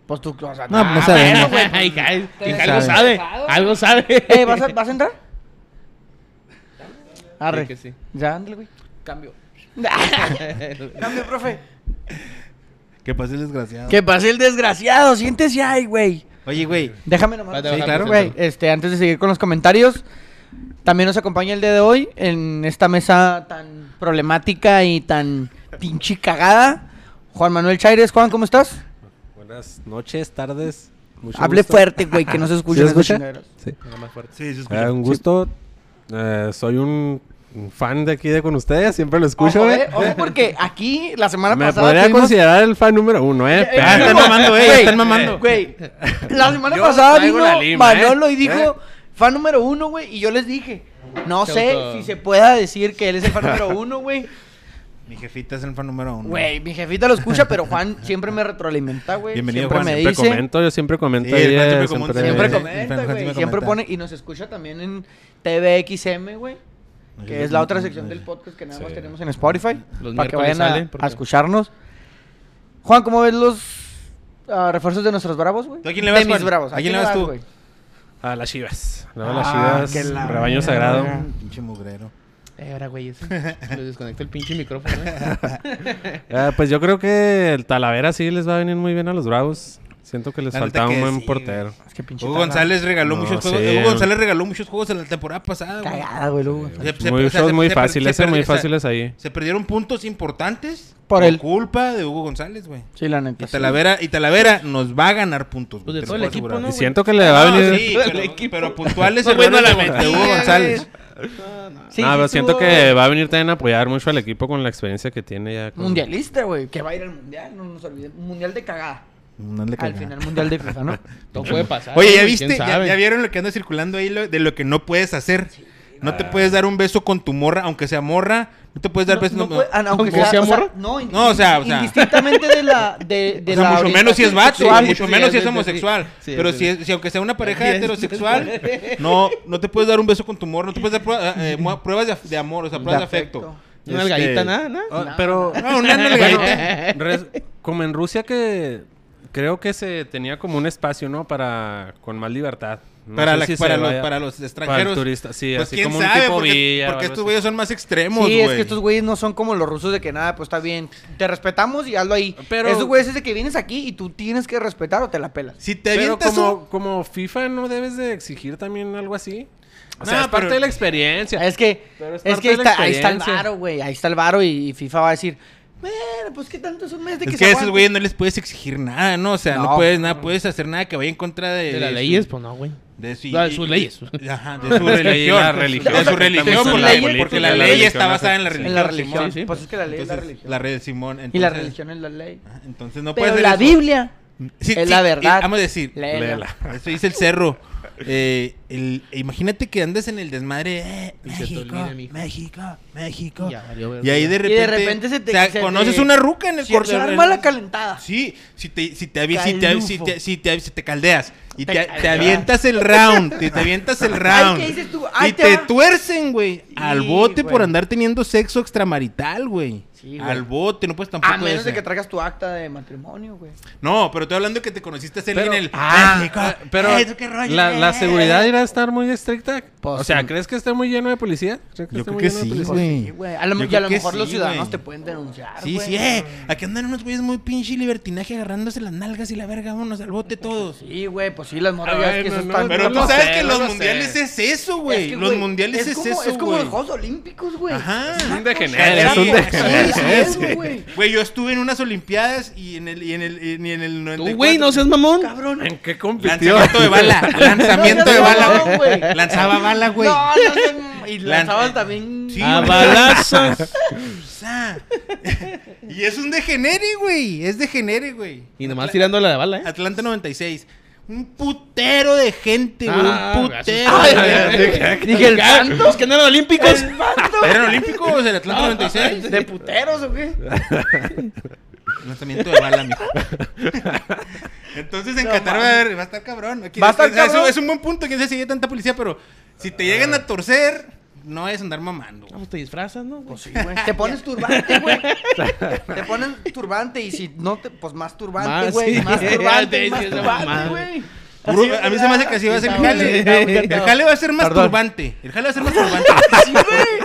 S1: Pues tú, o sea,
S3: No, no
S1: ah,
S3: sabe.
S1: bueno, güey.
S2: Ay, ay,
S4: ¿Quién
S2: algo
S4: sabe?
S2: pues, sabe. Algo sabe.
S1: Eh, ¿vas a, vas a entrar? Arre.
S2: Sí que sí.
S1: Ya, ándale, güey.
S4: Cambio.
S1: Cambio, profe.
S3: Que pase el desgraciado.
S1: Que pase el desgraciado, siéntese ahí, güey.
S3: Oye, güey.
S1: Déjame nomás.
S2: Espérate,
S1: Sí,
S2: baja,
S1: claro,
S2: presento.
S1: güey. Este, antes de seguir con los comentarios, también nos acompaña el día de hoy en esta mesa tan problemática y tan pinche cagada. Juan Manuel Chaires, Juan, ¿cómo estás?
S5: Buenas noches, tardes. mucho
S1: Hable
S5: Pues, gusto.
S1: fuerte, güey, que no se escuchen
S5: ¿Sí se
S1: esas
S5: escucha?
S1: chingaderas.
S5: Sí.
S2: Nada más fuerte.
S3: Sí,
S5: Eh, un gusto. Eh, soy un un fan de aquí de con ustedes. Siempre lo escucho.
S1: ojo,
S5: eh.
S1: eh, ojo, porque aquí la semana
S5: Me
S1: pasada.
S5: podría
S1: tuvimos-
S5: considerar el fan número uno, eh.
S1: Eh,
S5: pero-
S1: eh,
S3: están mamando, eh,
S1: güey,
S3: están mamando.
S1: Güey, la semana
S5: Yo
S1: pasada
S5: traigo
S1: vino
S5: la lima,
S1: Manolo
S5: eh.
S1: y dijo fan número uno, güey, y yo les dije, no
S2: Se
S1: sé
S2: auto-
S1: si se pueda decir que él es el fan número uno, güey.
S3: Mi jefita es el fan número uno.
S1: Güey, mi jefita lo escucha, pero Juan siempre me retroalimenta, güey.
S3: Bienvenido,
S1: siempre
S3: Juan,
S1: me
S5: siempre
S1: dice,
S5: comento, yo siempre comento.
S3: Sí,
S5: ahí,
S3: el fan siempre
S5: eh,
S3: comenta.
S1: siempre
S3: Sí,
S1: comenta,
S3: sí, Juan
S1: güey,
S3: siempre
S1: siempre
S3: comenta.
S1: pone y nos escucha también en TVXM, güey.
S3: Nos
S1: Que
S3: escucha
S1: es la
S3: en-
S1: otra sección
S3: en-
S1: del podcast que nada más
S5: Sí.
S1: tenemos en Spotify.
S2: Los
S1: para que
S2: miércoles
S1: vayan a,
S2: sale, porque-
S1: a escucharnos. Juan, ¿cómo ves los ah, refuerzos de nuestros bravos, güey?
S3: ¿Tú a quién le
S1: De
S3: vas,
S1: mis
S3: Juan?
S1: bravos.
S3: ¿A quién le vas tú?
S1: güey?
S5: A las chivas. No, las
S1: Ah,
S5: chivas.
S1: que la
S5: rebaño
S1: verga.
S5: sagrado.
S3: Pinche mugrero.
S2: Eh, ahora, güey, ese. Le desconecto el pinche micrófono. ¿eh?
S5: Ah, pues yo creo que el Talavera sí les va a venir muy bien a los Bravos. Siento que les
S3: La
S5: faltaba
S3: neta
S5: un
S3: que
S5: buen
S3: sí,
S5: portero.
S1: Es que pinche
S3: Hugo
S1: tabla.
S3: González regaló
S5: No,
S3: muchos
S5: sí.
S3: juegos. Hugo González regaló muchos juegos en la temporada pasada, güey.
S1: Cagada, güey, luego.
S3: Se- se-
S5: Muy,
S3: o sea,
S5: shows
S3: se-
S5: muy
S3: se-
S5: fáciles,
S3: se-
S5: eh, muy
S3: o sea,
S5: fáciles ahí.
S3: Se perdieron puntos importantes
S1: Por él.
S3: culpa de Hugo González, güey.
S1: Sí, la neta.
S3: Y
S1: sí.
S3: Talavera, y Talavera nos va a ganar puntos. güey,
S2: Pues de
S3: te lo
S2: todo el
S3: puedo
S2: equipo,
S3: asegurar.
S2: ¿no?
S5: Y
S2: güey.
S5: siento que le va a
S3: No,
S5: venir.
S3: sí,
S2: Todo el
S3: pero,
S2: equipo.
S3: pero puntuales
S2: No, bueno,
S3: errores de,
S2: la
S3: Gon- de
S2: metí,
S3: Hugo
S2: güey.
S3: González.
S1: Sí,
S5: no,
S1: sí
S5: pero siento
S1: estuvo
S5: que va a venir también a apoyar mucho al equipo con la experiencia que tiene ya. con-
S1: Mundialista, güey. Que va a ir al mundial, no nos olvidemos. Mundial de cagada.
S3: No le
S1: Al
S3: caga.
S1: final, mundial de FIFA, ¿no?
S2: Todo puede pasar.
S3: Oye, ¿ya
S2: güey,
S3: viste?
S2: ¿Quién
S3: ¿Ya,
S2: sabe?
S3: ya vieron lo que anda circulando ahí lo- de lo que no puedes hacer? No te puedes dar un beso con tu morra, aunque sea morra. No te puedes dar beso. No,
S1: puede- ah, no,
S2: aunque sea
S1: o sea,
S2: morro.
S1: no, in-
S3: No, o sea, o sea.
S1: indistintamente de la. De, de
S3: O sea,
S1: la
S3: mucho menos si es
S1: orientación
S3: vato,
S1: sexual.
S3: mucho
S2: Sí,
S3: menos
S2: sí,
S3: si es
S2: sí,
S3: homosexual.
S2: sí, sí,
S3: pero
S2: sí.
S3: si, es- si aunque sea una pareja
S2: Sí, es-
S3: heterosexual, no, no te puedes dar un beso con tu morro, no te puedes dar prueba- eh, mua- pruebas de, af- de amor, o sea, pruebas de,
S1: De
S3: afecto.
S1: afecto.
S2: Una
S5: Este-
S2: algadita, nada, nada.
S5: Oh, pero.
S3: No, una nalgadita.
S5: Res- como en Rusia que creo que se tenía como un espacio, ¿no? Para con más libertad. No
S3: para,
S5: sé
S3: la-
S5: si
S3: para,
S5: se
S3: los,
S5: vaya-
S3: para los
S5: para el
S3: extranjeros.
S5: turista, sí,
S3: pues
S5: así
S3: quién
S5: como un
S3: sabe,
S5: tipo
S3: porque, porque
S5: villa o algo
S3: estos
S5: así.
S3: güeyes son más extremos,
S1: Sí,
S3: güey.
S1: es que estos güeyes no son como los rusos de que nada, pues está bien. Te respetamos y hazlo ahí. Pero.
S5: Pero-
S1: Esos güeyes es de que vienes aquí y tú tienes que respetar o te la pelas.
S3: Si te
S5: Pero
S3: avientas
S5: como, como FIFA no debes de exigir también algo así. O sea,
S3: No,
S5: es parte
S3: pero-
S5: de la experiencia.
S1: Es que,
S5: Pero es
S1: es
S5: parte
S1: que
S5: de
S1: ahí
S5: la
S1: está, ahí está el
S5: experiencia.
S1: varo, güey. Ahí está el varo y, y FIFA va a decir, bueno, pues qué tanto es un mes de
S3: un-
S1: que se
S3: Es que a esos
S1: aguante?"
S3: güeyes no les puedes exigir nada, ¿no? O sea, no,
S1: No.
S3: puedes nada, puedes hacer nada que vaya en contra de...
S2: De las
S3: su-
S2: leyes, pues no, güey.
S3: De su-
S2: Ah, de sus leyes.
S3: Ajá, de su
S5: De la
S3: religión.
S5: religión.
S3: De su
S5: Estamos
S3: religión,
S1: en
S3: porque
S1: la
S3: la-
S1: política,
S3: porque la
S1: la
S3: ley
S5: religión,
S3: está
S5: ajá.
S3: basada en la
S1: En la
S3: religión.
S1: religión.
S3: Simón.
S2: sí, sí.
S1: Pues es que la ley
S3: Entonces,
S1: es la religión.
S3: la red
S1: y
S3: Simón.
S1: la
S3: entonces-
S1: religión es la ley.
S3: Ah, Entonces no puede
S1: Pero
S3: ser
S1: la
S3: eso. Mm,
S1: Biblia
S3: Sí,
S1: es
S3: sí,
S1: la
S3: y
S1: verdad.
S3: Vamos a decir,
S1: Léela.
S5: Léela.
S3: eso dice el cerro. Eh, el- imagínate que andas en el desmadre. eh, México,
S2: olvida, mijo.
S3: México, México.
S2: Ya valió verga.
S3: Y ahí de
S1: de
S3: repente,
S1: repente se te-
S3: o sea,
S1: se te-
S3: conoces una ruca en el
S1: Si se
S3: corredor.
S1: arma la calentada.
S3: Sí, si te, si te, avi- si te, si
S1: Calufo.
S3: te, si te, si te caldeas y
S1: Te
S3: te, te
S1: caldeas.
S3: avientas el round, te, te avientas el round.
S1: ¿qué dices tú? Ahí
S3: y
S1: te
S3: te,
S1: va.
S3: tuercen, güey. Al
S1: Sí,
S3: bote por
S1: güey.
S3: andar teniendo sexo extramarital, güey.
S1: Sí, güey.
S3: Al bote, no puedes tampoco.
S1: A menos de
S3: ese.
S1: que traigas tu acta de matrimonio, güey.
S3: No, pero estoy hablando que te conociste a alguien
S5: Pero-
S3: en el.
S5: Ah,
S3: México.
S5: ah, pero
S3: Eh, ¿tú qué rollo?
S5: la, la
S3: Eh.
S5: seguridad irá a estar muy estricta.
S1: Pues,
S5: o sea,
S1: sí.
S5: ¿crees que esté muy lleno de policía? ¿Crees
S3: Yo
S5: esté
S3: creo
S5: muy
S3: que
S5: lleno de
S3: sí,
S5: policía?
S3: güey.
S1: Sí, güey. A lo,
S3: Yo
S1: y a
S3: creo
S1: lo
S3: que
S1: mejor
S3: sí,
S1: los ciudadanos
S3: güey.
S1: te pueden denunciar,
S3: Sí,
S1: güey.
S3: sí, eh. Aquí andan unos güeyes muy pinche libertinaje agarrándose las nalgas y la verga. Vámonos al bote todos.
S1: Sí, güey, pues sí, las morras
S5: Ah,
S1: ya es que
S5: bueno,
S1: eso
S5: no,
S1: está-
S3: Pero
S5: no
S3: tú
S5: lo
S3: sabes
S5: sé,
S3: que
S5: no
S3: los
S5: lo
S3: mundiales
S5: sé.
S3: es eso, güey.
S1: Es que,
S3: los
S1: güey,
S3: mundiales es,
S1: como,
S3: eso.
S1: Es como
S3: güey.
S1: los Juegos Olímpicos, güey.
S3: Ajá.
S1: Es
S3: Un
S1: una
S5: degenere,
S1: cosa-
S5: es un
S1: Sí,
S5: degenere,
S1: sí, es,
S5: sí.
S1: güey.
S3: Güey, yo estuve en unas Olimpiadas y en el. Y en el, y en el 94.
S2: Tú, güey, no seas mamón.
S1: Cabrón.
S5: ¿En qué compitió?
S3: Lanzamiento de bala. Lanzamiento de
S1: No, no,
S3: bala,
S1: no,
S3: güey.
S1: güey.
S3: Lanzaba bala, güey.
S1: No, no sé. Y
S3: Lan-
S1: lanzaban también.
S3: Sí,
S2: A
S3: güey.
S2: balazos.
S3: Sa. y es un degenere, güey. Es degenere, güey. Ah,
S2: Y nomás tirando la bala, ¿eh?
S3: Atlanta 96. Un putero de gente, güey.
S2: Ah,
S3: un putero.
S2: gracias.
S3: de gente.
S1: Dije, ¿el santo?
S2: ¿Los que no eran olímpicos?
S3: ¿Eran olímpicos el Atlanta 96?
S1: ¿De puteros o qué?
S3: Lanzamiento de bala, mijo. Entonces en Qatar va a, haber- va a estar cabrón. Aquí-
S1: Va a estar
S3: o sea,
S1: cabrón. Ah.
S3: Es, es un buen punto. Quién sabe si hay tanta policía, pero si te llegan a torcer, no vayas a andar mamando.
S2: Vamos, te disfrazas, ¿no? güey?
S1: Pues Te pones turbante, güey. Te ponen turbante y si no te, pues más turbante,
S2: Más,
S1: güey.
S2: sí.
S1: Más turbante,
S2: Sí,
S1: más
S2: sí, esa
S1: turbante,
S2: mamada.
S1: güey.
S3: Puro-
S1: Así,
S3: a mí se me hace que así va a ser el jale.
S1: güey.
S3: El jale va a ser más
S1: Perdón.
S3: turbante. El jale va a ser más turbante.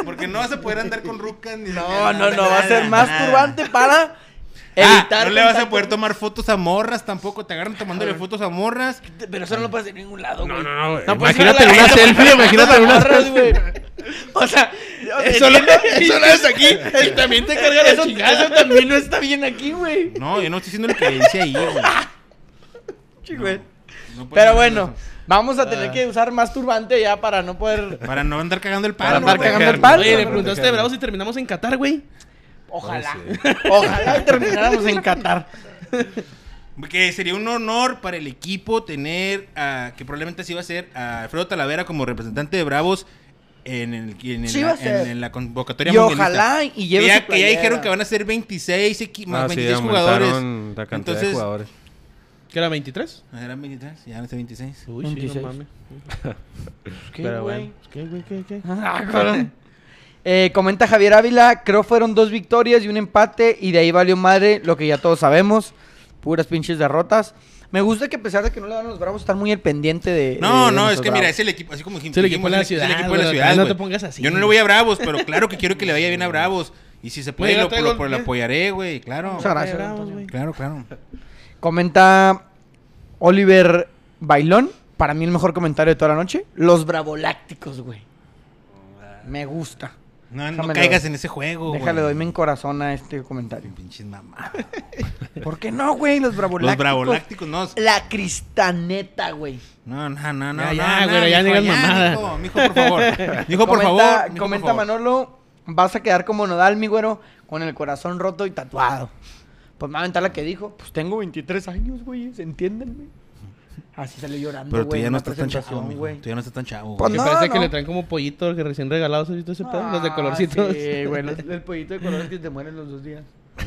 S3: Porque no vas a poder andar con rucas ni
S1: No, no, no, va a ser más
S3: nada.
S1: turbante para
S3: Ah,
S1: evitar.
S3: no le vas a
S1: contacto.
S3: poder tomar fotos a morras tampoco. Te agarran tomándole fotos a morras.
S1: Pero eso no lo puedes hacer en ningún lado, güey.
S5: No, no, no, güey.
S1: No puedes
S2: pues,
S1: ir
S5: imagínate
S1: a la-
S5: una selfie, imagínate
S1: Las
S5: una
S1: barras, güey. O sea, eh,
S2: Eso lo- eso lo
S1: es aquí. Y también te carga la chingada. Eso también no está bien aquí, güey.
S3: No, yo no estoy diciendo lo que dice ahí, güey.
S1: Sí, güey. Ah.
S3: No puedes
S1: Pero
S3: hacer
S1: bueno,
S3: eso.
S1: vamos a tener que usar más turbante ya para no poder.
S3: Para no andar cagando el
S1: Para
S2: Ah,
S3: palo.
S1: andar
S3: güey.
S1: cagando el palo.
S2: Oye, le preguntaste de Bravo si terminamos en Qatar, güey.
S1: Ojalá.
S5: Ahora
S1: Ojalá y termináramos en Qatar.
S3: Que sería un honor para el equipo tener, a, que probablemente así va a ser, a Alfredo Talavera como representante de Bravos en, el- en el-
S1: Sí va a
S3: en-
S1: ser.
S3: en la convocatoria
S1: Y
S3: mundialista.
S1: ojalá y
S3: Que
S1: lleve
S3: ya,
S1: su
S3: que ya
S1: playera.
S3: dijeron que van a ser 26 equi- más
S5: Ah, sí,
S3: 26 jugadores.
S5: aumentaron la cantidad de
S3: Entonces-
S5: jugadores.
S2: ¿Que era 23?
S3: ¿Eran 23? Ya van a ser 26.
S2: Uy,
S1: sí, no 26.
S2: no
S1: mames.
S2: mames.
S1: ¿Qué,
S2: Pero
S1: güey?
S2: bueno, pues, ¿qué, güey? ¿Qué, qué?
S1: Ah, cabrón. Eh, comenta Javier Ávila, creo fueron dos victorias y un empate y de ahí valió madre lo que ya todos sabemos, puras pinches derrotas. Me gusta que a pesar de que no le van a los bravos, están muy al pendiente
S2: eh,
S1: de...
S3: No,
S1: de
S3: no, es
S1: nuestros
S3: que mira,
S1: Bravos.
S3: es el equipo, así como dijimos,
S2: Es el equipo de la
S3: es el
S2: ciudad,
S3: equipo de la
S2: güey, Ah,
S3: ciudad,
S2: no
S3: güey.
S2: te pongas así.
S3: Yo no le voy a Bravos, pero claro que quiero que le vaya bien a Bravos. Y si se puede,
S2: Oiga,
S3: lo,
S2: traigo-
S3: lo- lo apoyaré, güey, claro.
S1: Muchas gracias.
S2: Bravos,
S1: Antonio.
S2: güey.
S3: Claro, claro.
S1: Comenta Oliver Bailón, para mí el mejor comentario de toda la noche, los bravolácticos, güey. Me gusta.
S3: No, no
S1: Déjamelo.
S3: caigas en ese juego, Oh, güey.
S1: Déjale, doyme en corazón a este comentario.
S3: Pinches mamadas.
S1: ¿Por qué no, güey? Los bravolácticos.
S3: Los bravolácticos, no.
S1: La cristaneta, güey.
S3: No, no, no,
S2: Ya,
S3: no. no,
S2: ya,
S3: no,
S2: güey, ya
S3: mijo,
S2: digas mamadas.
S3: mijo, mijo, por favor. Mijo, por
S1: Comenta-
S3: favor. mijo, por
S1: Comenta
S3: favor.
S1: Manolo, vas a quedar como Nodal, mi güero, con el corazón roto y tatuado. Pues me va a aventar la que dijo, pues tengo 23 años, güey, entiéndanme. Así salió llorando,
S3: Pero tú
S1: güey,
S3: ya
S1: en
S3: no
S1: la
S3: estás tan chavo,
S1: presentación,
S3: mijo.
S1: güey.
S3: Tú ya no estás tan chavo,
S1: Pues
S2: Que
S3: güey.
S1: no,
S2: parece que
S1: no.
S2: le traen como pollito que recién regalados, ¿has visto ese pedo? Los de
S1: Ah,
S2: colorcitos.
S1: Sí, güey, los- el pollito de colores que te mueren los dos días.
S3: Mm.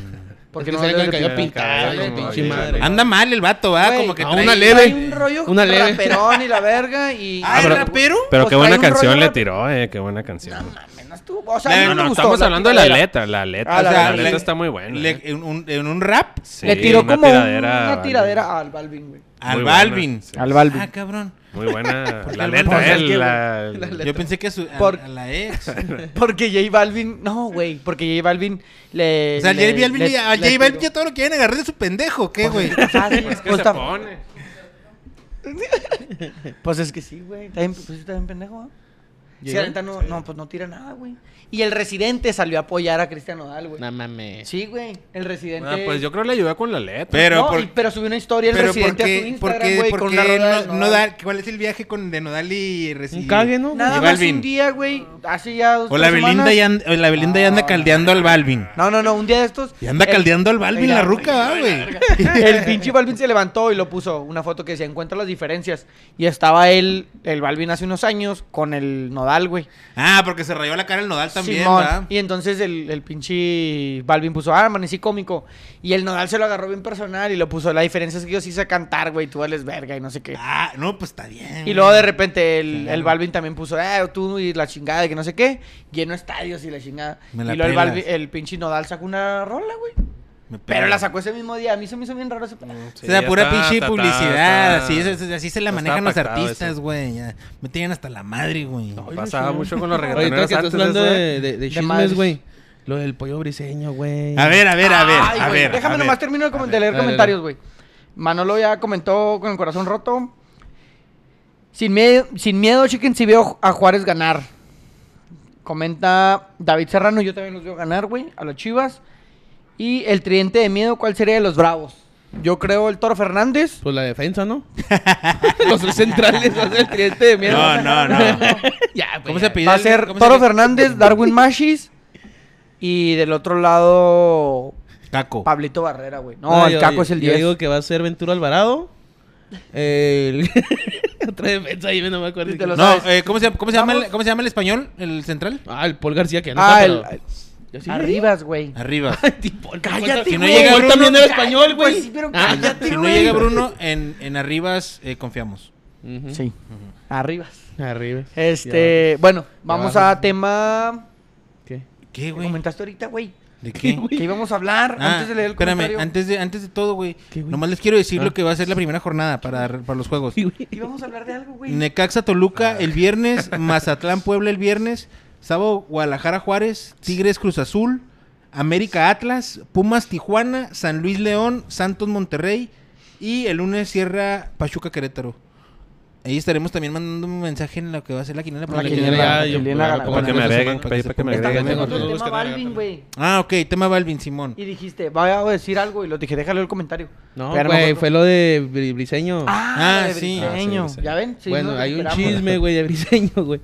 S2: Porque
S1: Es
S2: no
S1: que
S2: sale con el
S1: sale
S2: cabello
S1: con el
S2: pintado,
S1: cabello
S2: pinche
S5: como-
S2: madre.
S3: Anda mal el vato, va,
S1: Güey,
S3: como que
S2: a
S3: trae...
S2: una leve.
S1: Trae un rollo
S2: Una leve.
S1: raperón y la verga y...
S3: Ah, ¿el
S1: Pues,
S3: rapero?
S5: Pero
S1: pues,
S5: qué
S1: trae
S5: buena
S1: un rollo
S5: canción le
S1: rap-
S5: tiró, eh, qué buena canción.
S1: No estuvo, o sea, a mí
S3: No,
S1: me
S5: No, no,
S1: gustó,
S5: estamos hablando de la
S1: tiradera.
S5: letra, la letra,
S1: Ah, la
S5: o sea,
S1: letra.
S5: la
S3: le-
S5: letra está muy buena.
S3: le-
S5: eh.
S3: en, un, en un rap
S5: Sí,
S1: Le tiró
S5: una
S1: como un-
S5: tiradera,
S1: una
S5: vale.
S1: tiradera al Balvin, güey.
S3: al
S5: Muy buena,
S3: Balvin.
S5: sí.
S1: Al Balvin.
S3: Ah, cabrón.
S5: Muy buena
S3: Porque
S5: la
S3: al
S5: letra,
S3: Balvin-
S5: eh,
S3: es que,
S5: la-
S3: Yo pensé que a su, a-
S1: Por-
S3: a la ex. O
S1: Porque J Balvin, no, güey, porque J Balvin le...
S3: sea, al
S1: le-
S3: J Balvin,
S1: le-
S3: ya- al
S1: le
S3: J Balvin
S1: tiró.
S3: ya todo lo quieren agarrar de su pendejo, ¿qué, güey?
S1: Pues, ah, sí,
S5: ¿Qué
S1: pues,
S5: se
S1: tam-
S5: pone?
S1: pues es que sí, güey, está bien, pues, sí está bien pendejo, ¿ah? Sí,
S2: ¿Llegó?
S1: la neta no, no, pues no tira nada, güey. Y el residente salió a apoyar a Cristiano Nodal, güey.
S2: No mames.
S1: Sí, güey, el residente...
S5: Ah, pues yo creo que le ayudó con la letra.
S3: Pero,
S1: no,
S3: por-
S1: y- pero subió una historia el
S3: pero ¿por
S1: residente a su
S3: qué, por
S1: Instagram,
S3: qué,
S1: güey,
S3: por
S1: con
S3: qué
S1: una rola de
S3: no, no
S1: Nodal.
S3: da- ¿Cuál es el viaje con de Nodal y Residente?
S2: Un cague, ¿no?
S1: Nada
S3: J
S1: más
S3: Balvin.
S1: un día, güey, hace ya dos,
S3: O la
S1: tres
S3: Belinda,
S1: semanas.
S3: ya, and- o la Belinda ya anda caldeando al Balvin.
S1: No, no, no, un día de estos...
S3: Y anda
S1: el-
S3: caldeando al Balvin
S1: Ay,
S3: la
S1: la-
S3: ruca, va, güey.
S1: El pinche Balvin se levantó y lo puso una foto que decía, encuentra las diferencias. Y estaba él, el Balvin hace unos años, con el Nodal, güey.
S3: Ah, porque se rayó la cara el Nodal también,
S1: Simón.
S3: ¿verdad?
S1: Y entonces el, el pinche Balvin puso, ah, amanecí cómico. Y el Nodal se lo agarró bien personal y lo puso, la diferencia es que yo sí sé cantar, güey, tú vales verga y no sé qué.
S3: Ah, no, pues está bien.
S1: Y luego de
S3: güey.
S1: repente el,
S3: Claro.
S1: el Balvin también puso, eh, tú y la chingada, y que no sé qué, lleno estadios y la chingada.
S3: Me la
S1: y luego el,
S3: pelas.
S1: Balvin- el pinche Nodal sacó una rola, güey.
S3: Me
S1: Pero
S3: pega.
S1: la sacó ese mismo día. A mí se me hizo bien raro ese pedazo.
S5: Sí,
S3: o sea,
S5: ya
S3: pura
S5: está,
S3: pinche
S5: está,
S3: publicidad.
S5: está,
S3: así,
S5: está.
S3: es- es- así se la
S5: Está
S3: manejan los
S5: pactado
S3: artistas,
S5: eso.
S3: güey. ya. Me tienen hasta la madre, güey.
S5: Pasaba mucho con los
S2: Oye, ahorita
S5: reggaetoneros
S2: que estás
S5: antes
S2: hablando
S5: eso, eh.
S2: de, de, de chismes,
S1: madres.
S2: güey. Lo del pollo briseño, güey.
S3: A ver, a ver, a ver.
S1: Ay,
S3: a
S1: güey,
S3: ver
S1: Déjame
S3: a
S1: nomás
S3: ver.
S1: termino de, comen- de leer
S2: a ver,
S1: comentarios, güey. Manolo ya comentó con el corazón roto. Sin miedo, sin miedo, chiquen, si veo a Juárez ganar. Comenta David Serrano, yo también los veo ganar, güey, a los Chivas. Y el tridente de miedo, ¿cuál sería de los Bravos? Yo creo el Toro Fernández.
S2: Pues la defensa, ¿no? Los tres centrales van a ser el cliente de mierda.
S3: No, no, no.
S2: Ya, pues,
S3: ¿Cómo
S2: ya.
S3: se pide?
S1: Va a ser Toro Fernández, Darwin Mashis. Y del otro lado,
S3: Caco.
S1: Pablito Barrera, güey. No,
S2: Ah,
S1: el
S2: yo-
S1: Caco
S2: yo-
S1: es el
S2: Yo
S1: 10.
S2: digo que va a ser Ventura Alvarado. El... Otra defensa ahí, no me acuerdo.
S1: Sí, te lo
S3: No,
S1: sabes.
S3: eh, ¿cómo, se, cómo se llama el,
S1: Vamos.
S3: ¿cómo se llama el español? ¿El central?
S2: Ah, el Paul García que no
S1: Ah,
S2: está,
S1: el-
S2: pero- Yo sí,
S1: Arribas, güey.
S3: Arriba.
S1: Cállate,
S3: Si no
S1: güey.
S3: llega
S2: Paul
S3: Bruno,
S2: también era
S3: cállate,
S2: español, güey.
S1: sí, pero
S2: Ah,
S1: cállate,
S3: Si no
S1: güey.
S3: llega Bruno, en, en Arribas eh, confiamos.
S2: ujú.
S1: Sí, Arribas.
S2: Arriba.
S1: Este, bueno, vamos
S2: abajo.
S1: a tema
S2: ¿Qué?
S3: ¿Qué,
S1: que
S3: güey?
S1: comentaste ahorita, güey.
S3: ¿De qué?
S1: Que íbamos a hablar
S3: Ah,
S1: antes de leer el
S3: espérame,
S1: comentario.
S3: antes de, antes de todo, güey.
S2: ¿Qué, güey?
S3: Nomás les quiero decir
S2: Ah.
S3: lo que va a ser la primera jornada para, para los juegos.
S1: Íbamos a hablar de algo, güey.
S3: Necaxa Toluca el viernes, Mazatlán Puebla el viernes, Sabo Guadalajara Juárez, Tigres Cruz Azul, América Atlas, Pumas Tijuana, San Luis León, Santos Monterrey y el lunes cierra Pachuca Querétaro. Ahí estaremos también mandando un mensaje en lo que va a ser la quinela. para
S1: La
S3: que-
S1: quinela,
S2: Ya, yo-
S1: quinela
S2: claro,
S1: gana-
S2: como
S5: Para que me
S1: gana-
S5: agreguen,
S3: Para que
S5: para
S3: se
S5: para que me
S3: ponga-
S5: agreguen.
S1: Estamos con
S2: Tengo
S1: el
S2: todos los
S1: tema
S2: que ganan,
S1: Balvin,
S2: pero-
S1: güey.
S3: Ah, ok, tema Balvin Simón.
S1: Y dijiste, vaya a decir algo y lo dije, déjalo el comentario.
S2: No,
S1: Pero me
S2: güey,
S1: acuerdo.
S2: fue lo de Bri- Briseño.
S1: Ah,
S3: Ah,
S1: lo de
S3: sí.
S1: Briseño.
S5: Ah, sí, sí.
S1: ¿Ya ven? Sí,
S2: bueno,
S1: nos
S2: hay un
S1: recuperamos.
S2: chisme, güey, de Briseño, güey.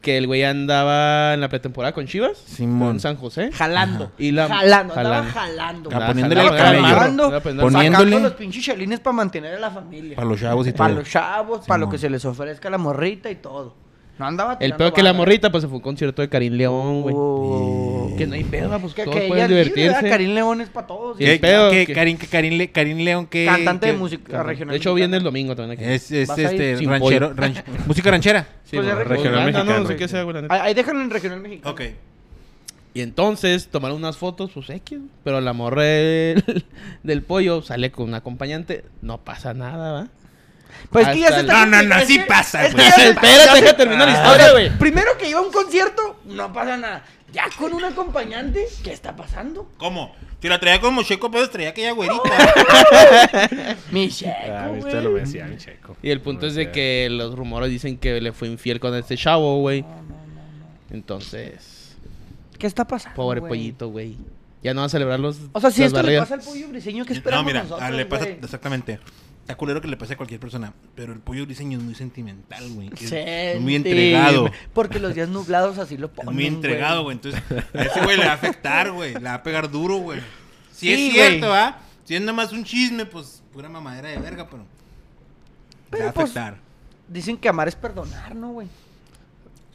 S2: Que el güey andaba en la pretemporada con Chivas.
S3: Simón.
S2: Con San José.
S1: Jalando.
S2: Y la-
S1: jalando,
S2: jalando.
S1: andaba jalando.
S3: Ah,
S1: güey.
S3: poniéndole
S1: Andaba
S3: el camello.
S1: jalando,
S2: Andaba poniéndole-
S1: Sacando
S3: Poniéndole-
S1: los pinches chelines para mantener a la familia.
S3: Para los
S2: Este,
S3: chavos y
S1: Para
S3: todo.
S1: los chavos, para lo
S3: Simón.
S1: que se les ofrezca la morrita y todo. No andaba
S2: El
S1: tirando
S2: peor que la
S1: barra.
S2: morrita, pues se fue a un concierto de Karim León, güey.
S1: Oh.
S2: Que no hay pedo, pues
S1: Que,
S2: todos
S1: que ella
S2: pueden
S1: es libre, ¿verdad?
S2: divertirse.
S1: Karim León es para todos.
S2: Sí,
S1: güey.
S3: ¿Qué,
S2: el pedo,
S3: qué-
S2: que-
S3: Karin, que Karin Le- Karin León, que...
S1: Cantante de
S3: que-
S1: música regional.
S2: De hecho, viene el domingo también aquí.
S3: Es, es,
S1: Vas a ir
S3: este,
S2: sin
S3: ranchero, ranch- música ranchera.
S2: Sí,
S1: pues,
S2: güey.
S1: de
S5: regional
S2: Banda,
S5: mexicano,
S2: No, no sé
S5: güey.
S2: qué sea, güey, la neta.
S1: Ahí, ahí déjalo en regional mexicano.
S3: Ok.
S2: Y entonces tomaron unas fotos, pues X, pero la morra del, del pollo sale con un acompañante, no pasa nada, ¿va?
S1: Pues es que ya
S2: Hasta
S1: se
S2: el-
S1: está-
S3: No, no, no,
S1: es
S3: sí
S1: que-
S3: pasa,
S1: es que
S3: güey.
S1: ya se- ya
S2: Espérate,
S1: se-
S2: deja terminar la
S1: Ah,
S2: historia, güey.
S1: Primero que iba a un concierto, no pasa nada. Ya con un acompañante, ¿qué está pasando?
S3: ¿Cómo? Si la traía como Checo, pero traía aquella güerita.
S1: Mi checo,
S5: Ah,
S1: güey.
S5: viste, lo decía mi checo.
S2: Y el punto es de
S5: Decía.
S2: que los rumores dicen que le fue infiel con este chavo, güey. Entonces,
S1: ¿Qué está pasando?
S2: pobre
S1: güey?
S2: pollito, güey. Ya no va a celebrar los
S1: O sea, si
S2: las
S1: esto le
S2: barridas.
S1: pasa al pollo briseño, ¿qué
S3: no,
S1: esperamos
S3: mira,
S1: nosotros,
S3: ah, le pasa
S1: güey?
S3: exactamente. Está culero que le pase a cualquier persona, pero el pollo diseño es muy sentimental, güey. Es
S1: Sentí-
S3: Muy entregado.
S1: Porque los días nublados así lo
S3: Es
S1: ponen.
S3: muy entregado, güey. Entonces, a ese güey le va a afectar, güey. Le va a pegar duro, güey. Si
S1: Sí,
S3: es cierto,
S1: güey.
S3: ¿ah? Si es nada más un chisme, pues pura mamadera de verga, pero.
S1: Pero,
S3: le va a
S1: pues-
S3: afectar.
S1: Dicen que amar es perdonar, ¿no, güey?